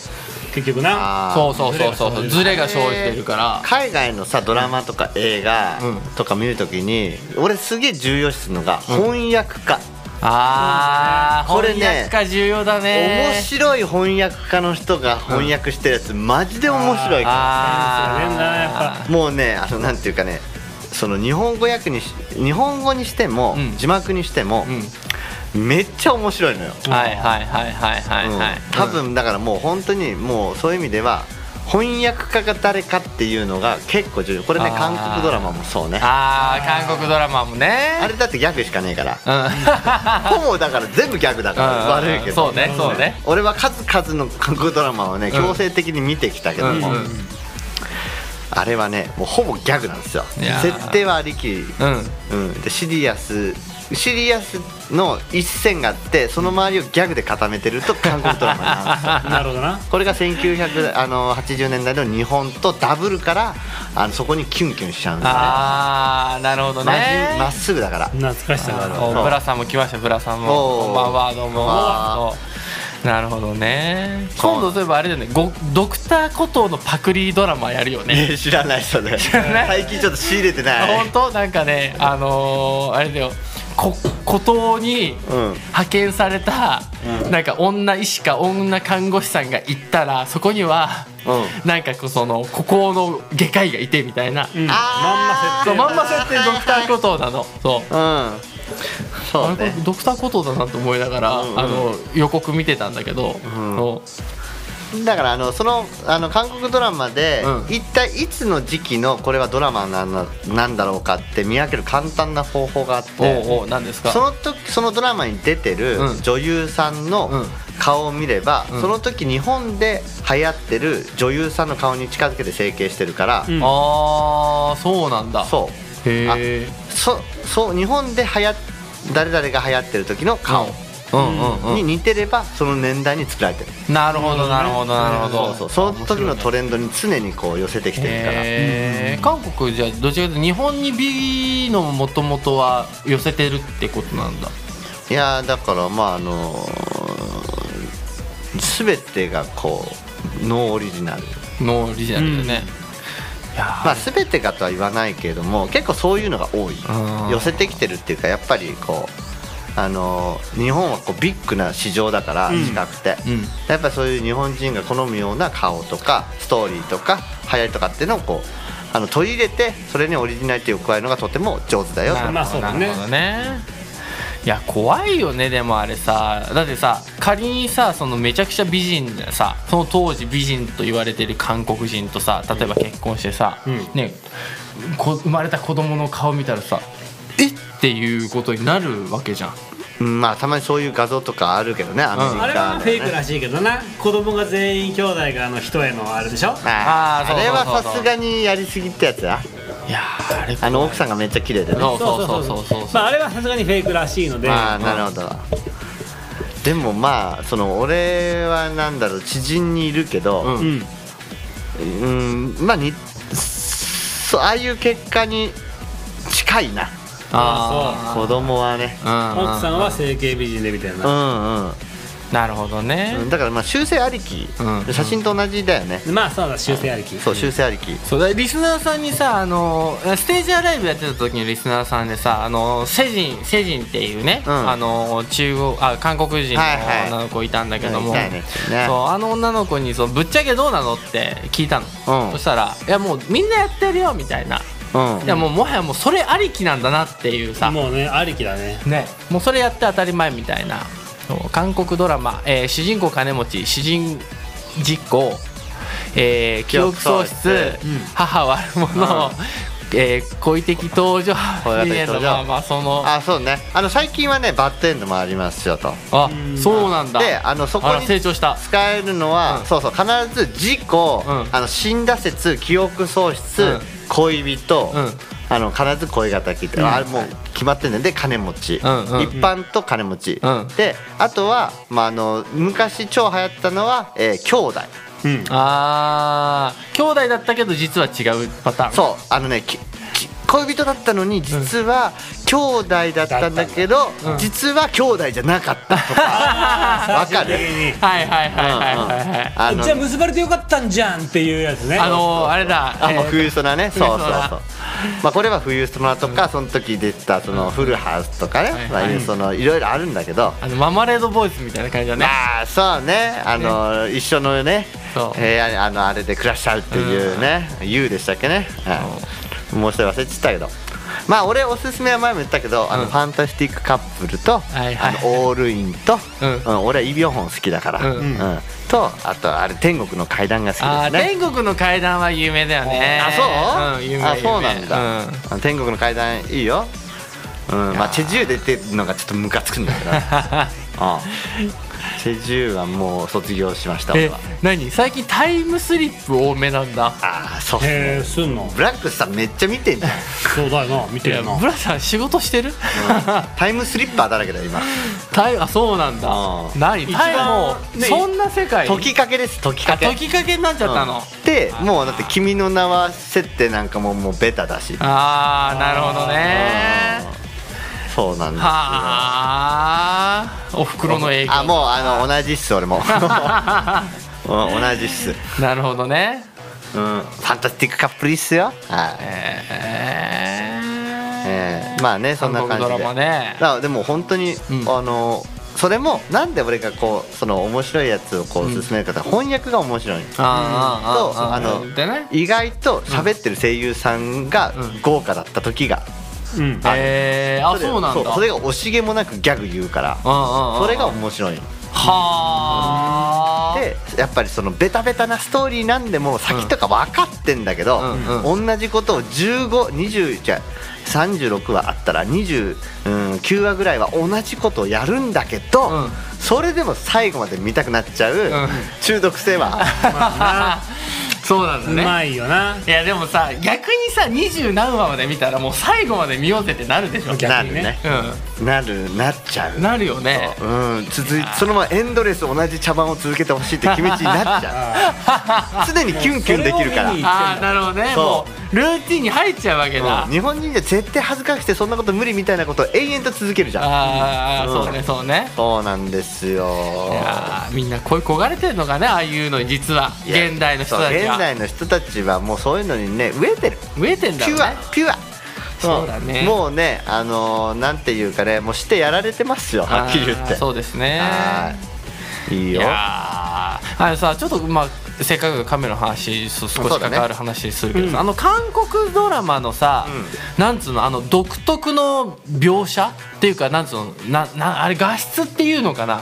D: 結局な
C: あー
B: そうそうそうそうそうズレが生じてるから。
C: 海外のさドラマとか映画
B: うん
C: とか見るときに俺すげえ重要視するのが翻訳家、
B: あー、
C: これね
B: 翻訳家重要だね
C: 面白い翻訳家の人が翻訳してるやつ、マジで面白いか
B: あ
D: そうだねやっぱ
B: あ
C: らもうねあのなんていうかねその日本語訳にし日本語にしても、
B: うん
C: 字幕にしても
B: う、ん
C: めっちゃ面白いのよ、
B: はいはいはいはいはいはい、
C: うん多分だからもう本当にもうそういう意味では翻訳家が誰かっていうのが結構重要これ
B: あ
C: ね
B: ー
C: 韓国ドラマもそうねあ
B: ああ韓国ドラマもね
C: れだってギャグしかねえから
B: うん
C: ほぼだから全部ギャグだから
B: うん
C: 悪いけど
B: そうねそうね
C: 俺は数々の韓国ドラマをね
B: うん
C: 強制的に見てきたけども、
B: うんうん
C: あれはねもうほぼギャグなんですよ
B: いやー
C: 設定はありき、
B: うん
C: うん、でシリアスシリアスの一線があってその周りをギャグで固めてると韓国ドラマなんですよ
D: なるほどな
C: これが1980年代の日本とダブルからあのそこにキュンキュンしちゃうんで す
B: ああなるほど
C: ねまじ
B: ね
C: まっすぐだから
D: 懐かしさがある
B: おブラさんも来ましたブラさんも
C: おー
B: こんばんはどうも
C: わ
B: そうなるほどね
C: そう
B: 今度そういえばあれだよねごドクターコトーのパクリドラマやるよね
C: え知らないそれ
B: らない
C: 最近ちょっと仕入れてな
B: 本
C: い
B: 当なんかねあのーあれだよこ 孤島に
C: うん
B: 派遣された、なんか女医師か女看護師さんが行ったらそこには、
C: う
B: なんかこうその孤高の外科医がいてみたいな、
D: うんまんま
B: そ
D: 設
B: う
D: 定
B: まんま設定ドクターコトーなのそう
C: うんそ
B: あ
C: う
B: れ
C: ね
B: これドクターコトーだなと思いながら、
C: うんうん
B: あの予告見てたんだけど、そう
C: だからあのそのあの韓国ドラマで、
B: うん
C: 一体いつの時期のこれはドラマなんだなんだろうかって見分ける簡単な方法があって
B: おうおう何ですか
C: その時そのドラマに出てる
B: うん
C: 女優さん
B: うん
C: の顔を見れば、
B: うん
C: その時日本で流行ってる女優さんの顔に近づけて整形してるから、
D: うん
B: ああそうなんだ
C: そう
B: へえ
C: うそそう日本で流行誰々が流行ってる時の顔
B: うんうんうん、
C: に似てればその年代に作られてる、
B: なるほどなるほどなるほど
C: そうそうその時のトレンドに常にこう寄せてきてるから、
B: えー韓国じゃどちらかというと日本に美のもともとは寄せてるってことなんだ
C: いやーだからまああのー全てがこうノーオリジナル
B: のオリジナルでね、いやー
C: まあ、全てかとは言わないけれども結構そういうのが多い
B: ん
C: 寄せてきてるっていうかやっぱりこう、あのー日本はこうビッグな市場だから
D: ん
C: 視覚って、
B: うん
C: やっぱそういう日本人が好むような顔とかストーリーとか流行りとかっていうのをこうあの取り入れてそれにオリジナリティを加えるのがとても上手だよ
D: まあそうだね
B: なるほどねいや怖いよねでもあれさだってさ仮にさそのめちゃくちゃ美人でさその当時美人と言われてる韓国人とさ例えば結婚してさ、
D: うん
B: ねこ生まれた子供の顔見たらさえっっていうことになるわけじゃん
C: うんまあたまにそういう画像とかあるけどねアメリカ、ね
B: うん
D: あれはフェイクらしいけどな子供が全員兄弟があの人へのあれでしょ
C: あ
B: あー
C: あれは
B: そうそうそうそう
C: さすがにやりすぎってやつだ
B: いやーあれ
C: あの奥さんがめっちゃ綺麗でね
B: そうそうそうそうそう
D: まああれはさすがにフェイクらしいので
C: まあなるほどでもまあその俺はなんだろう知人にいるけど
B: うん
D: うん
C: うんまあにそうああいう結果に近いな
B: あ
C: 子供はね
B: あう
D: 奥さん
B: ん
D: は整形美人でみたいうなん
C: うん
B: なるほどね、
C: うんだからまあ修正ありき
B: うん
C: 写真と同じだよね
D: まあそうだ修正ありき
C: そう修正ありき
B: そうだリスナーさんにさあのステージアライブやってた時にリスナーさんでさあのセジンセジンっていうね、
C: うん
B: あの中国あ韓国人の
C: はいはい
B: 女の子いたんだけども、
C: うんいたねね
B: そうあの女の子にそうぶっちゃけどうなのって聞いたの、
C: うん
B: そしたらいやもうみんなやってるよみたいな、
C: うん
B: いやもうもはやもうそれありきなんだなっていうさ
D: もうねありきだね
B: ね、もうそれやって当たり前みたいなそう韓国ドラマ、えー主人公金持ち主人実行、えー記憶喪失、
D: ん
B: 母悪者、えー故意的登場
C: 故意的登場
B: まあまあそのあ
C: あそうねあの最近はねバッドエンドもありますよと
D: うん
B: そうなんだ
C: であのそこ
B: あら
C: に
B: 成長した
C: 使えるのは、
B: うん
C: そうそう必ず事故、
B: うん
C: あの死んだ説記憶喪失、
B: うん
C: 恋人、
B: うん
C: あの必ず恋敵って、あれもう決まってんだよで金持ち、
B: うんうん
C: 一般と金持ち、
B: うん
C: であとは、まあ、あの昔超流行ったのは、えー兄弟
D: うん
B: あー兄弟だったけど実は違うパターン
C: そうあのねきき恋人だったのに実は兄弟だったんだけど、
B: うん
C: 実は兄弟じゃなかっ たとかわかる
B: はいはいはいはいはいはい、
C: あの
D: じゃあ結ばれてよかったんじゃんっていうやつね
B: あのーあれだ
C: あ、もう
B: えー
C: 冬ソナね、そうそうそう
B: 冬ソナ。
C: まあ、これは冬ソナとか、その時出てた、そのフルハウスとかね、
B: い
C: まあ、そのいろいろあるんだけど。
B: あのママレードボーイスみたいな感じだね
C: まあ、そうね、あの、一緒のね
B: そ、う
C: 部屋に、あの、あれで暮らしちゃうっていうね、U でしたっけね。はいもうそれ忘れちゃったけど。まあ、俺おすすめは前も言ったけど、あの、
B: うん
C: ファンタスティックカップルと、
B: はいは
C: あ
B: い
C: の、オールインと。
B: うん
C: うん俺はイ・ビョンホン好きだから。
B: うん
C: うんと、あと、あれ、天国の階段が好き
B: あ
C: で
B: ー
C: すね。
B: 天国の階段は有名だよね
C: あそう、
B: ん、有名
C: あそうなんだ、
B: 有名
C: あ天国の階段いいようんまあチェジュで出てるのがちょっとムカつくんだけ どうんチェジュはもう卒業しました俺
B: え
C: は
B: 何最近タイムスリップ多めなんだ
C: ああそうっすね
D: へえすんの
C: ブラックさんめっちゃ見てんじゃん
D: そうだよな見
B: い
D: て
B: や
D: るな
B: ブラさん仕事してる、
C: タイムスリッパーだらけだよ今
B: タイあそうなんだ
C: うん
B: 何
D: 一番
B: タイもう
D: ね
B: そんな世界
C: 時かけです時
B: あ
C: かけ
B: 時かけになっちゃったの、
C: うんでもうだって「君の名は」設定なんかももうベタだし
B: ああなるほどね
C: そうなんです
B: は
C: よ
B: あお袋の影響
C: あもうあの同じっす俺 もうん同じっす
B: なるほどね
C: うん、ファンタスティックカップルいいっすよ。はい。
B: えー、
C: えーまあね、そんな感じで。
B: 韓国ドラマね
C: だからでも本当に、
B: うん
C: あの、それも、なんで俺がこう、その面白いやつをこう進めるかと、翻訳が面白い。
B: あ
C: と
B: ーあーあー
C: あ
B: あー
C: の
B: でね
C: 意外と喋ってる声優さんが
B: うん
C: 豪華だった時が、
D: うん
B: えー、あ
C: れ
B: そうなんだ
C: それが惜しげもなくギャグ言うから
B: うんうんうん
C: それが面白いの
B: はあ。
C: でやっぱりそのベタベタなストーリーなんでもう先とか分かってんだけど、
B: うん
C: 同じことを1520じゃ36話あったら29話ぐらいは同じことをやるんだけど、
B: うん
C: それでも最後まで見たくなっちゃう中毒性は、
B: そうなんだ
D: う
B: ね。
D: まいよない
B: やでもさ逆にさ二十何話まで見たらもう最後まで見ようぜってなるでしょ。
D: 逆
C: な
D: に
C: る
D: ね
C: ねなるなっちゃう
B: うん。なるよね。
C: うん、続いそのままエンドレス同じ茶番を続けてほしいって気持ちになっちゃう常にキュンキュンできるから
D: それを見に
B: ああなるほどね。も
C: そう
B: ルーティンに入っちゃうわけだ。
C: うん日本人じゃ絶対恥ずかしくてそんなこと無理みたいなことを永遠と続けるじゃん
B: ああ
C: うん
B: そうねそうね。
C: そうなんですよ
B: いやーみんな恋焦がれてるのかねああいうのに実はい
C: や
B: 現代の人たち
C: そう現
B: は
C: 代の人たちはもうそういうのにね飢えてる
B: 増えてんだ
C: ピ
B: ろう
C: ュア
B: ね。
C: ピュア
B: そうだね
C: んもうねあのーなんていうかねもうしてやられてますよはっきり言って
B: あーそうですね。
C: はーいいい
B: い
C: よ
B: やーあのさちょっとまあせっかくカメラの話そ少
C: そ
B: し
C: うだ
B: 関
C: ね
B: わる話するけどさ、あの韓国ドラマのさ、なんつうのあの独特の描写っていうかなんつうのななあれ画質っていうのかな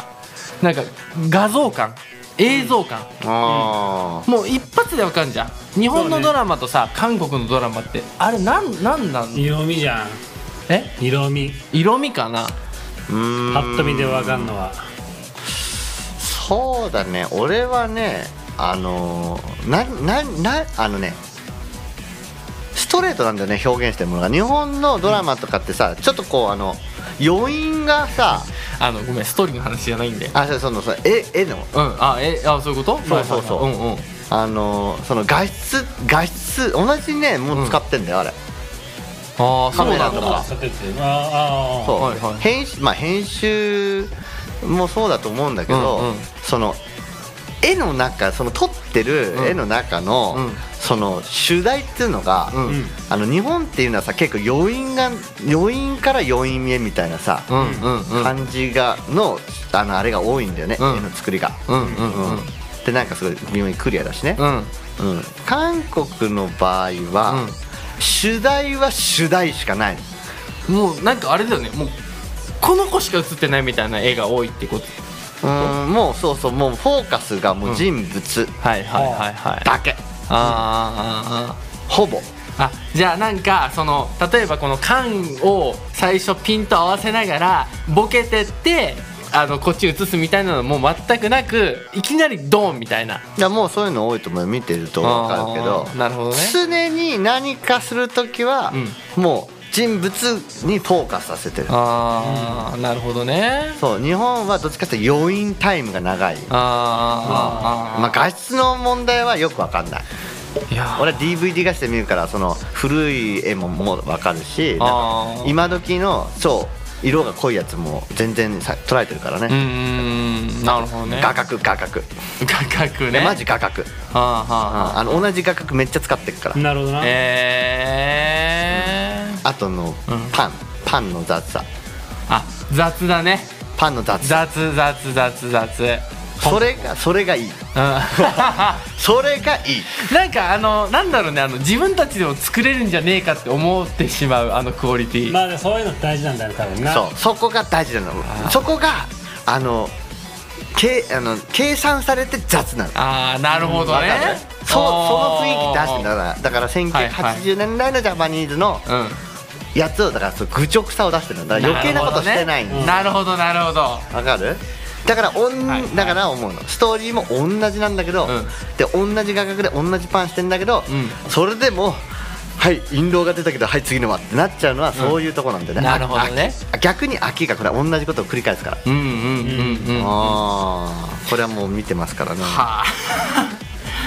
B: なんか画像感映像感、
C: あー
B: もう一発でわかんじゃん日本
D: そう
B: の
D: ね
B: ドラマとさ、韓国のドラマってあれなんなんなん
D: 色味じゃん
B: え
D: 色味
B: 色味かな
C: うーん
D: パッと見でわかんのは
C: そうだね俺はねあのーなななあのねストレートなんだよね表現してるものが日本のドラマとかってさ、ちょっとこうあの余韻がさ
B: あのごめんストーリーの話じゃないんで
C: あそうそのその絵絵の
B: うんあえあそういうこと
C: そうそうそう
B: はいはいはいうんうん
C: あのーその画質画質同じねもの使ってんだよ、あれ
B: ああそうなん
C: カメラとか
B: だ
D: 立ててるあーあーあー
C: そう、
B: はいはい
C: 編集まあ編集もそうだと思うんだけど、
B: うんうん
C: その絵の中その撮ってる
B: うん
C: 絵の中の、
B: うん
C: その主題っていうのが、
B: うん
D: うん
C: あの日本っていうのはさ結構余韻が余韻から余韻へみたいなさ、
B: うんうんうん
C: 感じがのあのあれが多いんだよね、
B: うん
C: 絵の作りが。
B: うんうんうんうん
C: でなんかすごい微妙にクリアだしね、
B: うん
C: うん韓国の場合は、主題は主題しかない
B: もうなんかあれだよねもうこの子しか映ってないみたいな絵が多いってこと
C: うんもうそうそうもうフォーカスがもう人物
B: はいはいはいはいあ
C: だけ、
B: あ
C: ほぼ
B: ーあーあーあじゃあなんかその例えばこの缶を最初ピンと合わせながらボケてってあのこっち映すみたいなのもう全くなくいきなりドンみたいない
C: やもうそういうの多いと思う見てると分かるけど
B: あーなるほどね
C: 常に何かする時は、もう人物にフォーカスさせてる
B: ああなるほどね
C: そう日本はどっちかっていうと余韻タイムが長い
B: あーあー
C: まあ、画質の問題はよく分かんない
B: いやー
C: 俺は DVD 画質で見るからその古い絵ももう分かるし
B: あー
C: なんか今時のそう色が濃いやつも全然さ捉えてるから
B: う
C: ね、
B: ーんなるほどね
C: 画角画角
B: 画角
C: ね
B: ね
C: マジ画角
B: はあはあはあ
C: あの同じ画角めっちゃ使ってるから、
D: なるほどな
B: えー、
C: あとの
B: ん
C: パン、パンの雑さ
B: あ雑だね
C: パンの雑さ
B: 雑雑雑雑うん
C: それがそれがいい
B: な
C: それがいい
B: んかあの なんだろうねあの自分たちでも作れるんじゃねえかって思ってしまうあのクオリティ、
D: まあねそういうの大事なんだよ多分な
C: そうそこが大事なのそこがあのけあの計算されて雑なの
B: ああなるほどね
C: わかるそその雰囲気出してんだからだから
B: はいはい
C: 1980年代のジャパニーズの
B: うん
C: やつをだからそう愚直さを出してるんだだから余計なことしてないんだ
B: なるほどねなるほどなるほ
C: わかるだからおん、
B: はいはい
C: だから思うのストーリーも同じなんだけど、
B: うん
C: で同じ画角で同じパンしてんだけど、
B: う
C: それでもはい印籠が出たけどはい次の間ってなっちゃうのはそういうとこなんだよね、
B: なるほどね
C: あ逆に秋がこれは同じことを繰り返すから、
B: どうんうんうんうんは
C: ああこれはもう見てますからね
B: あ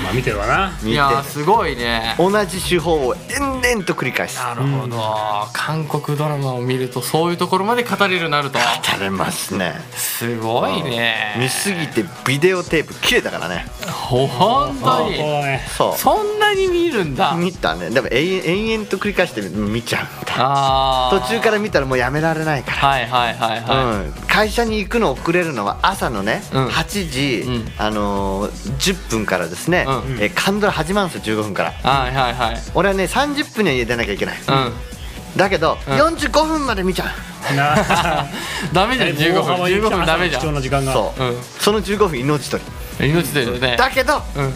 D: まあ見てるわない
C: 見て
B: やーすごいね
C: 同じ手法を延々と繰り返す
B: なるほど、韓国ドラマを見るとそういうところまで語れるようになると
C: たれますね
B: すごいね
C: 見すぎてビデオテープ切れたからね
B: 本当
D: こう
B: に
D: ね
C: そう
B: そんなに見るんだ
C: 見たねでも永遠延々と繰り返して見ちゃうんだ
B: あー
C: 途中から見たらもうやめられないから、
B: はいはいはいは
C: うん、会社に行くの遅れるのは朝のね、
B: うん
C: 8時、
B: うん
C: あのー10分からですね、
B: うん
C: えーカンドラ始まるんですよ15分から
B: い、はいはいはい
C: 俺はね30分には家出なきゃいけない、
B: うん
C: だけど、
B: ん
C: 45分まで見ちゃう
D: な
B: ダメじゃん15分15分ダメじゃ
D: 貴重
B: ん
D: な時間が
C: そう、
B: うん
C: その15分命取
B: 命だよ
C: り
B: ね
C: だけど
B: うん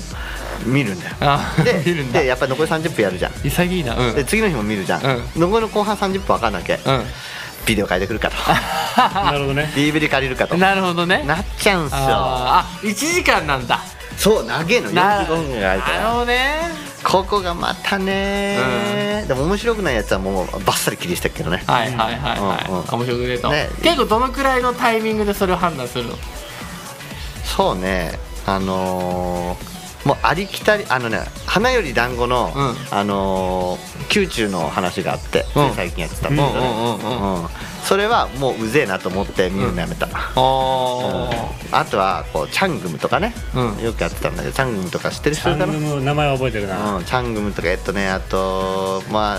C: 見るんだよ
B: あ
C: で
B: 見るんだ
C: でやっぱり残り30分やるじゃん
B: 潔いなうん
C: で次の日も見るじゃん、
B: うん
C: 残りの後半30分分かんなきゃ、
B: う
C: ビデオ借りてく るかと
D: なるほど ね
C: DVD 借りるかと
B: ん
C: な
B: なるほどね
C: っちゃうんすよ
B: あーあ1時間なんだ
C: そう長えの
B: な
C: 45分が空いた
B: なる
C: ら
B: ほどね
C: ここがまたね、でも面白くないやつはもうバッサリ切りしてるけどね
B: はいはいはいはい、
C: うんう
B: 面
C: ん
B: 白くねえと、
C: ね
B: 結構どのくらいのタイミングでそれを判断するの
C: そうねあのーもうありきたりあのね「花より団子の」
B: うん
C: あのー宮中の話があって、つい
B: うん
C: 最近やってたんだけどね
B: うんうんうん
C: うんそれはもううぜえなと思って見るのやめた、
B: あ
C: あとはこうチャングムとかね、
B: うん
C: よくやってたんだけどチャングムとか知ってる
D: チ
C: 人い
D: ャ
C: るかな
D: ンネルの名前は覚えてるな、
C: うん、チャングムとかえっとねあとまあ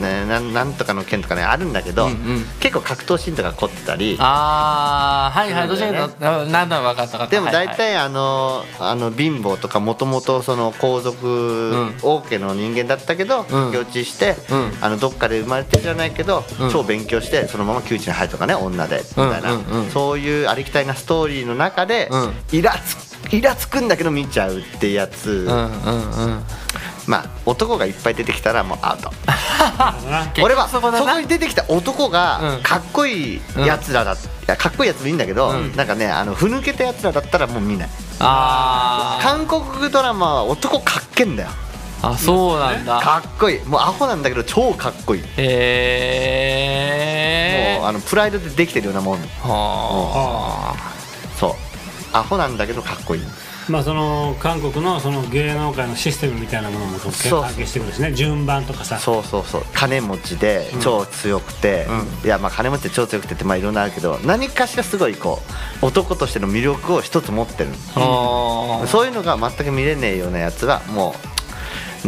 C: ねなんなんとかの剣とかねあるんだけど、
B: うんうん
C: 結構格闘シーンとか凝ってたり
B: あーはいはいど
C: そう
B: ちら
C: なんだ
B: か
C: よね
B: というとなんだ分かった分かった
C: でも大
B: はいはい
C: 体あのあの貧乏とかもともとその皇族
B: ん
C: 王家の人間だったけど
B: うん
C: 業地して
B: うん
C: あのどっかで生まれてるじゃないけど
B: うん
C: 超勉強してそのまま窮地に入るとかね女でみた
B: う
C: い
B: んうんう
C: なんそういうありきたりなストーリーの中で
B: うん
C: イラつイラつくんだけど見ちゃうってやつ
B: うんうんうん
C: まあ男がいっぱい出てきたらもうアウト
D: なるほどな
C: 俺はそ
B: そこだな
C: こに出てきた男が
B: うん
C: かっこいいやつらだいやかっこいいやつもいいんだけど
B: うん
C: なんかねあのふぬけたやつらだったらもう見ない
B: あ
C: 韓国ドラマは男かっけんだよ
B: ーあそうなんだ
C: かっこいいもうアホなんだけど超かっこいい、
B: へえ
C: もうあのプライドでできてるようなもん
B: は
C: そうアホなんだけどかっこいい
D: まあその韓国のその芸能界のシステムみたいなものもこう結
C: そう
D: 構関係してくるしね順番とかさ
C: そうそうそう金持ちで超強くて、いやまあ金持ちで超強くてってまあいろんなあるけど何かしらすごいこう男としての魅力を一つ持ってる
B: ああ
C: そういうのが全く見れねえようなやつはもう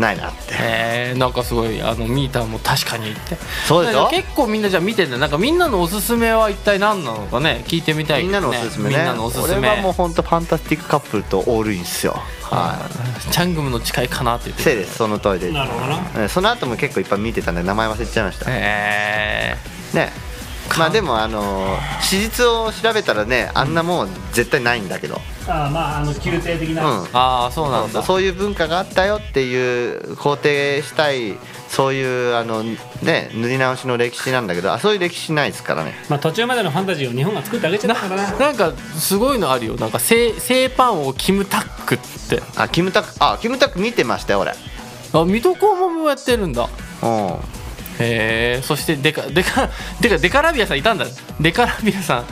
C: ないなって
B: えー、なんかすごいあのミーターも確かにって
C: そうでしょ
B: 結構みんなじゃあ見てんだよなんかみんなのおすすめは一体何なのかね聞いてみたい
C: み
B: け
C: ん
B: ど
C: なのおすすめね
B: みんなのおすす
C: 俺はも
B: め
C: う本当ファンタスティックカップルとオールインっすよは
B: チャングムの誓いかなって言っ
C: い
B: て
C: せいですその通りで
D: なるほどな
C: えーその後も結構いっぱい見てたんで名前忘れちゃいましたね
B: え
C: まあでもあのー史実を調べたらねあんなもん絶対ないんだけど
D: あーまああの宮廷的な、
C: うん
B: ー、ああそうなん
C: そう
B: だ
C: そういう文化があったよっていう肯定したいそういうあのね塗り直しの歴史なんだけどあそういう歴史ないですからね
D: まあ途中までのファンタジーを日本が作ってあげちゃったからな
B: なんかすごいのあるよなんか製製パンをキムタックって
C: あキムタクあキムタク見てましたよ俺
B: あ水戸黄門もやってるんだ
C: うん
B: へえそしてデカデカデカデカラビアさんいたんだデカラビアさん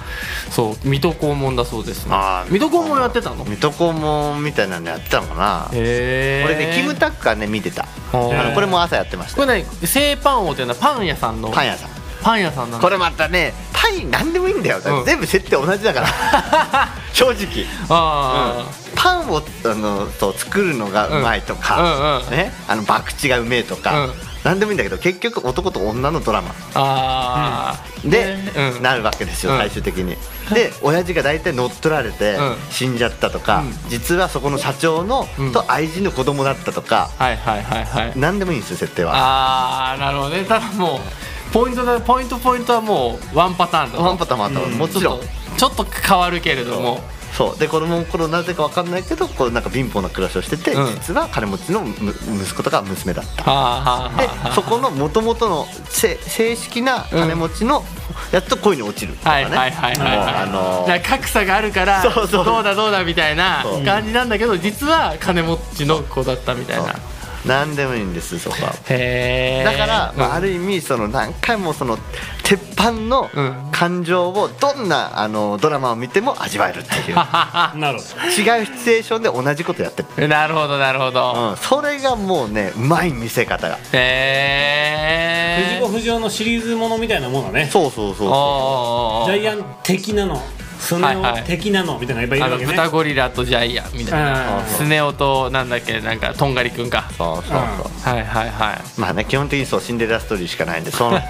B: そう水戸黄門だそうです、ね、
C: あー
B: 水戸黄門やってたのへ
C: 水戸黄門みたいなのやってたのかな
B: え
C: 俺ねキムタックはね見てた
B: ほう
C: あのこれも朝やってまし
B: こ
C: た
B: れね製パン王っていうのはパン屋さんの
C: パン屋さん
B: パン屋さんなんだ
C: これまたねパイ何でもいいんだよ、
B: うん
C: 全部設定同じだから 正直
B: あ
C: パンをあのと作るのがうまいとか、
B: うんうんうん
C: ね、あの博打がうめえとか、
B: うん
C: 何でもいいんだけど結局男と女のドラマ
B: ー、あー
C: で、
B: うん
C: なるわけですよ、
B: うん
C: 最終的にで親父が大体乗っ取られて
B: うん
C: 死んじゃったとか、実はそこの社長の、
B: うん
C: と愛人の子供だったとか
B: はいはいはいはい
C: 何でもいいんですよ設定は
B: ああなるほどねただもうポイントだポイントポイントはもうワンパターンだ
C: ワンパターンもあったわも
B: ちょっ
C: ちろん
B: とちょっと変わるけれども
C: そうで子供の頃なぜか分かんないけどこうなんか貧乏な暮らしをしてて、
B: うん
C: 実は金持ちのむ息子とか娘だった
B: はあはあ
C: で
B: はあ
C: そこのもともとのせ正式な金持ちのやつと恋に落ちるとか
B: は
C: ね
B: いはいはいはいはい
C: もうあのー
B: だから格差があるから
C: そうそう
B: どうだどうだみたいな
C: そう
B: 感じなんだけど実は金持ちの子だったみたいな
C: そう何でもいいんですそこは
B: へえ
C: だから、まあ、あ
B: る
C: る意味その何回もその鉄板の
B: うん
C: 感情をどんなあのドラマを見ても味わえるっていう
D: な
C: 違う
D: るほど
C: シチュエーションで同じことやって る、
B: なるほどなるほど、
C: うん、それがもうねうまい見せ方が
B: へえ
D: 藤子不二雄のシリーズものみたいなものはね
C: そうそうそうそ
B: おーおーおー
D: ジャイアン的なのスネ
B: はいは
D: 夫
B: い
D: 的なのみたいなのいっぱいい
B: あ
D: る
B: の
D: わけね
B: 豚ゴリラとジャイアンみたいな
D: うん
B: スネ夫となんだっけなんかとんがりくんか
C: うそうそうそう、
B: はいはいはい
C: まあね基本的にそうシンデレラストーリーしかないんでその通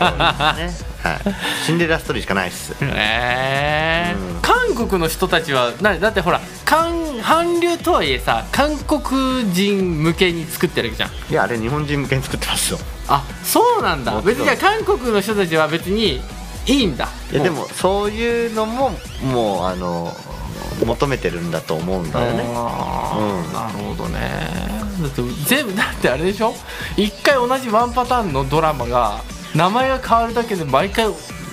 C: りですね、 はい、シンデレラストーリーしかないっす
B: えー韓国の人たちはなだってほら韓韓流とはいえさ韓国人向けに作ってるわけじゃん
C: いやあれ日本人向けに作ってますよ
B: あそうなんだ
C: もち
B: 別
C: ろん
B: にじゃあ韓国の人たちは別にいいんだ
C: いやでもそういうのももうあの求めてるんだと思うんだよね
B: あー
C: うん
B: なるほどねだって全部だってあれでしょ一回同じワンパターンのドラマが名前が変わるだけで毎回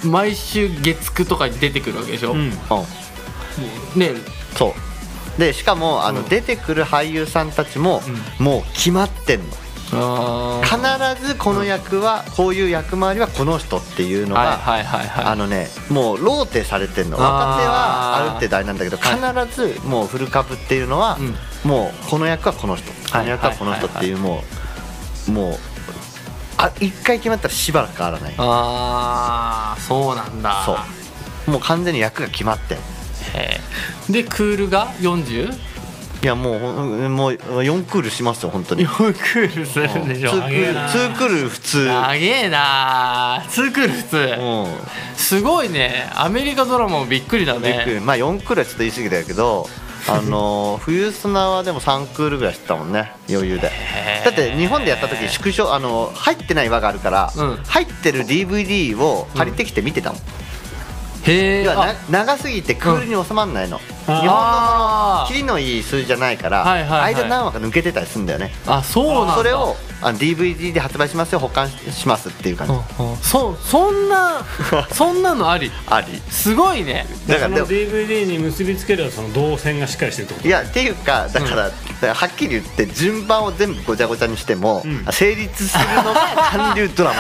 B: 毎週月9とかに出てくるわけでしょ、
D: うん
C: うん
B: ね
C: そうでしかもあの、出てくる俳優さんたちも、もう決まってんの
B: あー
C: 必ずこの役は、こういう役回りはこの人っていうのが、
B: はいはいはい
C: あ
B: はい
C: のねもうローテされてんの
B: あー
C: 若手はある程度あれなんだけど
B: は
C: 必ずもうフル株っていうのは、
B: うん
C: もうこの役はこの人こ
B: はい
C: の役はこの人っていうもうもうあ一回決まったらしばらく変わらない
B: あーそうなんだ
C: そうもう完全に役が決まってん
B: へーでクールが 40?
C: いやもうほんもう4クールしますよ本当に
B: クールするんでしょ
C: ツーク
D: げえ
C: ー
D: な
C: ルツークール普通
B: 長えなー2クール普通
C: うん
B: すごいねアメリカドラマもびっくりだ
C: びっくり
B: ね
C: まあ4クールはちょっと言い過ぎだけ どあの冬砂はでも3クールぐらいしてたもんね余裕で
B: へー
C: だって日本でやった時縮小あの入ってない輪があるから、
B: うん
C: 入ってる DVD を借りてきて見てたもん、
B: へえ
C: 要はな長すぎてクールに収まんないの、日本の
B: あ
C: キリのいい数字じゃないから、
B: はいはいはい
C: 間何話か抜けてたりするんだよね
B: ーあそうなんだ
C: それをあの DVD で発売しますよ保管ししますっていう感じ、
B: うんうんそそん なそんなのあり
C: あり
B: すごいね
C: だから
D: そ
C: で
D: の
C: も
D: DVD に結びつけるその動線がしっかりしてるってこと
C: いやっていうかだから,、はっきり言って順番を全部ごちゃごちゃにしても、
D: ん
C: 成立するのが韓流ドラ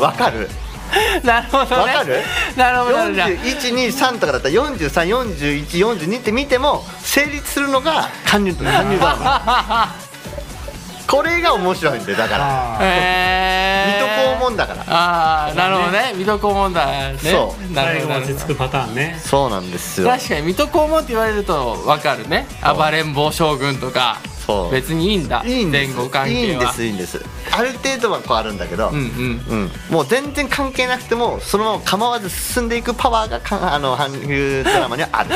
C: マ わかる
B: なるほどね
C: わかる
B: なるほどな るほど
C: 4123とかだったら434142って見ても成立するのが韓流韓流 ドラマこれが面白いんでだから
D: あ
B: へ
C: 水
B: え
C: 戸黄門だから
B: ああなるほどね水戸黄門だね
C: そう
D: ー
B: なる
D: 最
B: ほどなるほ
D: 後まで落
B: ど
D: ち着くパターンね
C: そうなんですよ
B: 確かに水戸黄門って言われると分かるね
C: う
B: 暴れん坊将軍とか
C: そう
B: 別にいいんだ
C: いいんです
B: 前後関
C: い
B: 係
C: いんで
B: は
C: すいいんですある程度はこうあるんだけど、
B: うんうん
C: うん、もう全然関係なくてもそのまま構わず進んでいくパワーがかあの韓流ドラマにはある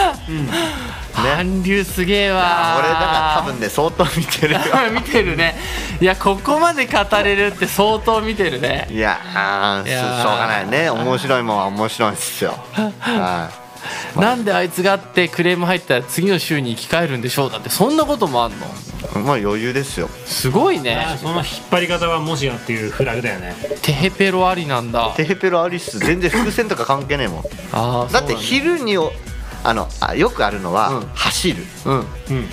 B: 韓流すげえわ
C: 俺だから多分ね相当見てるよ
B: 見てるねいやここまで語れるって相当見てるね
C: いやあー
B: いやー
C: しょうがないね面白いもんは面白いんですよはい
B: なんであいつがあってクレーム入ったら次の週に生き返るんでしょうだってそんなこともあんの
C: もう余裕ですよ
B: すごい
D: あ
B: ね
D: ーその引っ張り方はもしやっていうフラグだよね
B: テヘペロありなんだ
C: テヘペロアリス全然伏線とか関係ねえもん
B: あー
C: だって
B: そう
C: 昼におあのあよくあるのは、
B: うん
C: 走る
B: なんだ
D: うん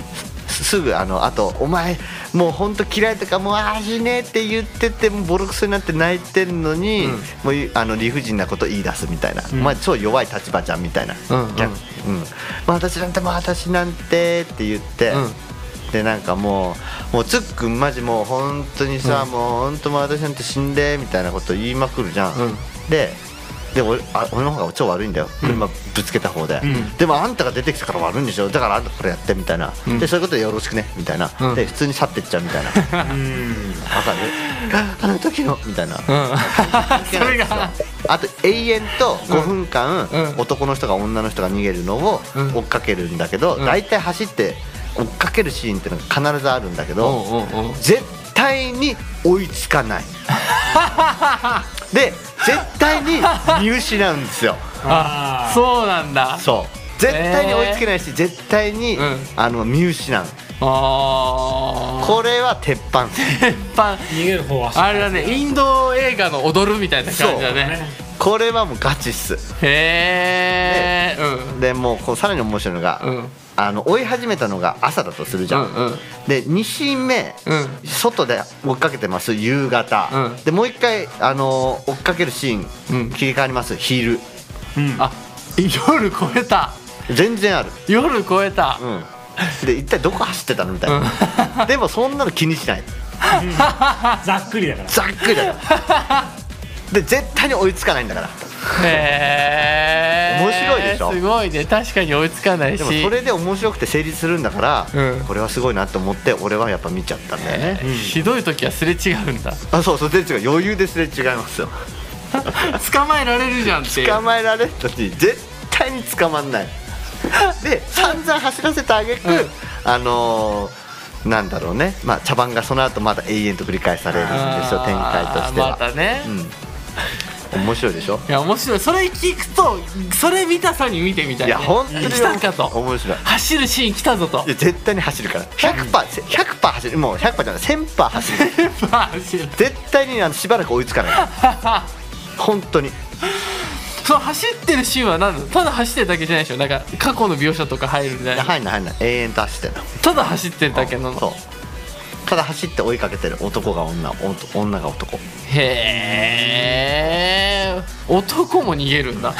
C: すすぐあのあと「お前もうほんと嫌い」とか「もうああしねえ」って言っててもうボロクソになって泣いてんのに、
B: うん
C: もういあの理不尽なこと言い出すみたいな「
D: ん
C: お前超弱い立場じゃん」みたいな「
B: うんうん
C: 逆うんまあ、私なんてまあ私なんて」って言って。
B: うん
C: でなんかもうもうつっくんマジもう本当にさ、もう本当もう私なんて死んでみたいなこと言いまくるじゃん、
B: うん
C: でで俺あ俺の方が超悪いんだよ車ぶつけた方で、
D: ん
C: でもあんたが出てきたから悪いんでしょだからあんたこれやってみたいな、
B: ん
C: でそういうことでよろしくねみたいな、
B: うん
C: で普通に去ってっちゃうみたいなわかるあの時のみたいな、
B: うんそれが
C: あと永遠と5分間、
B: うんうん
C: 男の人が女の人が逃げるのを
B: うん
C: 追っかけるんだけど、
B: うん
C: 大体走って追っかけるシーンっていうのが必ずあるんだけど、
B: おうおうおう
C: 絶対に追いつか ないで絶対に見失うんですよ
D: あう
B: そうなんだ
C: そう絶対に追いつけないし、絶対に、
B: うん
C: あの見失う
B: あー
C: これは鉄板
B: 鉄板
D: 逃げる方は
B: あれだねインド映画の踊るみたいな感じだね
D: ね
C: これはもうガチっす
B: へえうん
C: でもうこうさらに面白いのが、
B: うん
C: あの追い始めたのが朝だとするじゃ
B: う
C: ん、
B: んうん
C: で2シーン目、
B: うん
C: 外で追っかけてます夕方、
B: うん
C: でもう一回、あのー追っかけるシーン、
B: うん
C: 切り替わります昼
D: うん
B: あ夜超えた
C: 全然ある
B: 夜超えた、
C: うん、で一体どこ走ってたのみたいな、でもそんなの気にしない
D: ざっくりだから
C: ざっくり だよで絶対に追いつかないんだから
B: へえ
C: 面白いでしょ
B: すごいね確かに追いつかないし
C: でもそれで面白くて成立するんだから、
B: うん
C: これはすごいなと思って俺はやっぱ見ちゃったんだよね、
B: えーひどい時はすれ違うんだ
C: あそうそうで違う余裕ですれ違いますよ
B: 捕まえられるじゃんっていう
C: 捕まえられる時に絶対に捕ま んないで散々走らせたあげく、
B: うん
C: あのーなんだろうね、まあ、茶番がその後まだ永遠と繰り返されるんですよ
B: あー
C: 展開としては、
B: またね、
C: うん面白いでしょ
B: いや面白いそれ聞くとそれ見たさに見てみたい、ね、
C: いや本当に
B: 来たかと
C: 面白い
B: 走るシーン来たぞと
C: いや絶対に走るから100%パー100パー走るもう100パーじゃない1000パー走る
B: 走る
C: 絶対にあのしばらく追いつかない本当に
B: その走ってるシーンは何なのただ走ってるだけじゃないでしょなんか過去の描写とか入るんじゃない
C: 入んない入んない永遠と走ってる
B: ただ走ってるだけなの
C: そうただ走って追いかけてる男が女お女が男
B: へえ男も逃げるんだ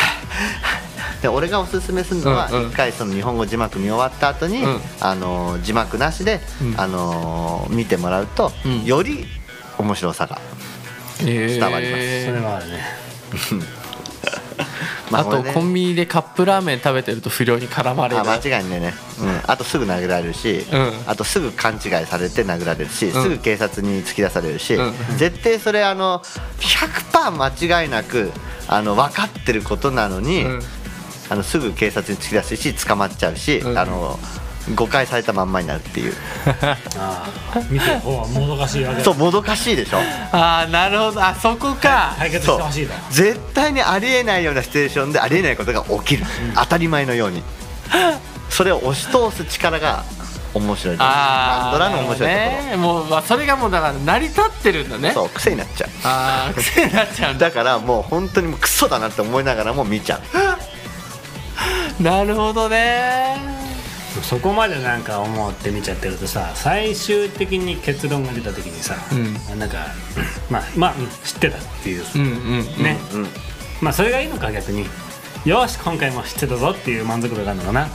C: で俺がおすすめするのは
B: うんうん
C: 一回その日本語字幕見終わった後に、
B: うん
C: あのー字幕なしで、
B: ん
C: あのー見てもらうと、
B: うん
C: より面白さが、
B: 伝
C: 伝わります
D: それはあるね
C: ま
B: あと
C: これね
B: コンビニでカップラーメン食べてると不良に絡まれる
C: あ間違いないね、うん、あとすぐ殴られるし、
B: うん
C: あとすぐ勘違いされて殴られるし、すぐ警察に突き出されるし、
B: うん
C: 絶対それあの100%間違いなくあの分かってることなのに、
B: うん
C: あのすぐ警察に突き出すし捕まっちゃうし、
B: うん
C: あの誤解されたまんまになるっていう、
D: ああ 見てる方はもどかしいわけだ
C: そうもどかしいでしょ
B: あーなるほどあそこか、
D: 解決し
C: そう
D: てほしいだ
C: 絶対にありえないようなシチュエーションでありえないことが起きる、当たり前のようにそれを押し通す力が面白い
B: ああ
C: ドラの面白いところ、
B: ねもうまあそれがもうだから成り立ってるんだね
C: そう癖になっちゃう
B: ああ癖になっちゃうんだ
C: だからもう本当にもうクソだなって思いながらも見ちゃう
B: なるほどね
D: そこまでなんか思って見ちゃってるとさ最終的に結論が出た時にさ、なんか まあまあうん知ってたっていう
B: うんうん
D: ね、
C: うんうん
D: まあそれがいいのか逆によし今回も知ってたぞっていう満足度があるのかな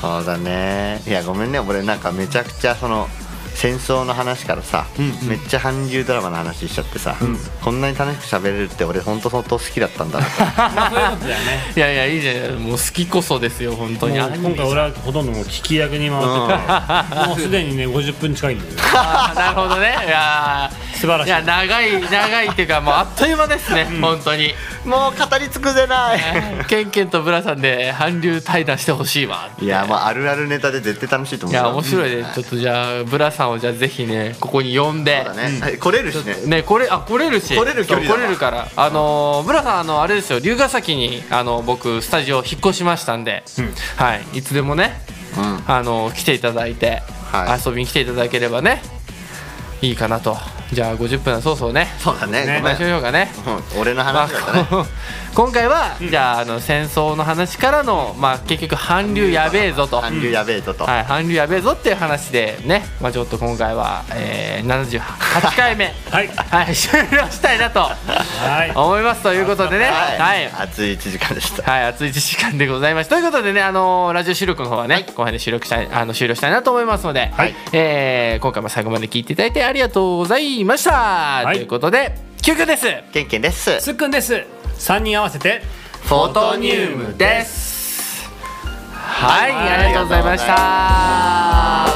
C: そうだねいやごめんね俺なんかめちゃくちゃその戦争の話からさ、めっちゃ韓流ドラマの話しちゃってさ、こんなに楽しく喋れるって俺本当相当好きだったんだな と
D: まあそういうことだよね
B: いやいやいいじゃんもう好きこそですよ本当に
D: もう今回俺はほとんどもう聞き役に回っ てて、もうすでにね50分近いんだよね
B: あーなるほどねいやー
D: 素晴らしい
B: いや長い長いっていうかもうあっという間ですね、本当に
C: もう語り尽くせない
B: ケンケンとブラさんで韓流対談してほしいわ
C: いやもうあるあるネタで絶対楽しいと
B: い
C: 思う
B: や面
C: い
B: 白いね、ちょっとじゃあブラさんをじゃあぜひねここに呼んで
C: そうだね、はい来れるしね
B: ねこれあ来れるし
C: 来れる距離だ
B: そう来れるからあのーブラさんあのあれですよ龍ヶ崎にあの僕スタジオ引っ越しましたんで、はいいつでもね
C: うん
B: あの来ていただいて、
C: はい
B: 遊びに来ていただければねいいかなとじゃあ50分はそうそうね
C: そうだね
D: ね
C: ご
B: ま
C: め
B: しょ
C: ん、
B: うかね
C: うん、俺の話だったね、
B: まあこう 今回は、じゃああの戦争の話からの、まあ、結局韓流やべえぞと
C: 韓流やべえぞと、
B: はい、韓流やべえぞっていう話でね、まあ、ちょっと今回は、えー、78回目
D: はい
B: はい終了したいなと
D: はい
B: 思いますということでねはい、はい
C: 熱い1時間でした
B: 熱い時間でございましたということでね、あのーラジオ収録の方はね、後半で収録したいあの終了したいなと思いますので、
C: はい
B: えー今回も最後まで聞いていただいてありがとうございました、
D: い
B: ということで休憩です
C: ケンケンです
D: すっくんです3人合わせて
B: フォトニウムですはい、
C: はい
B: ありがとうございました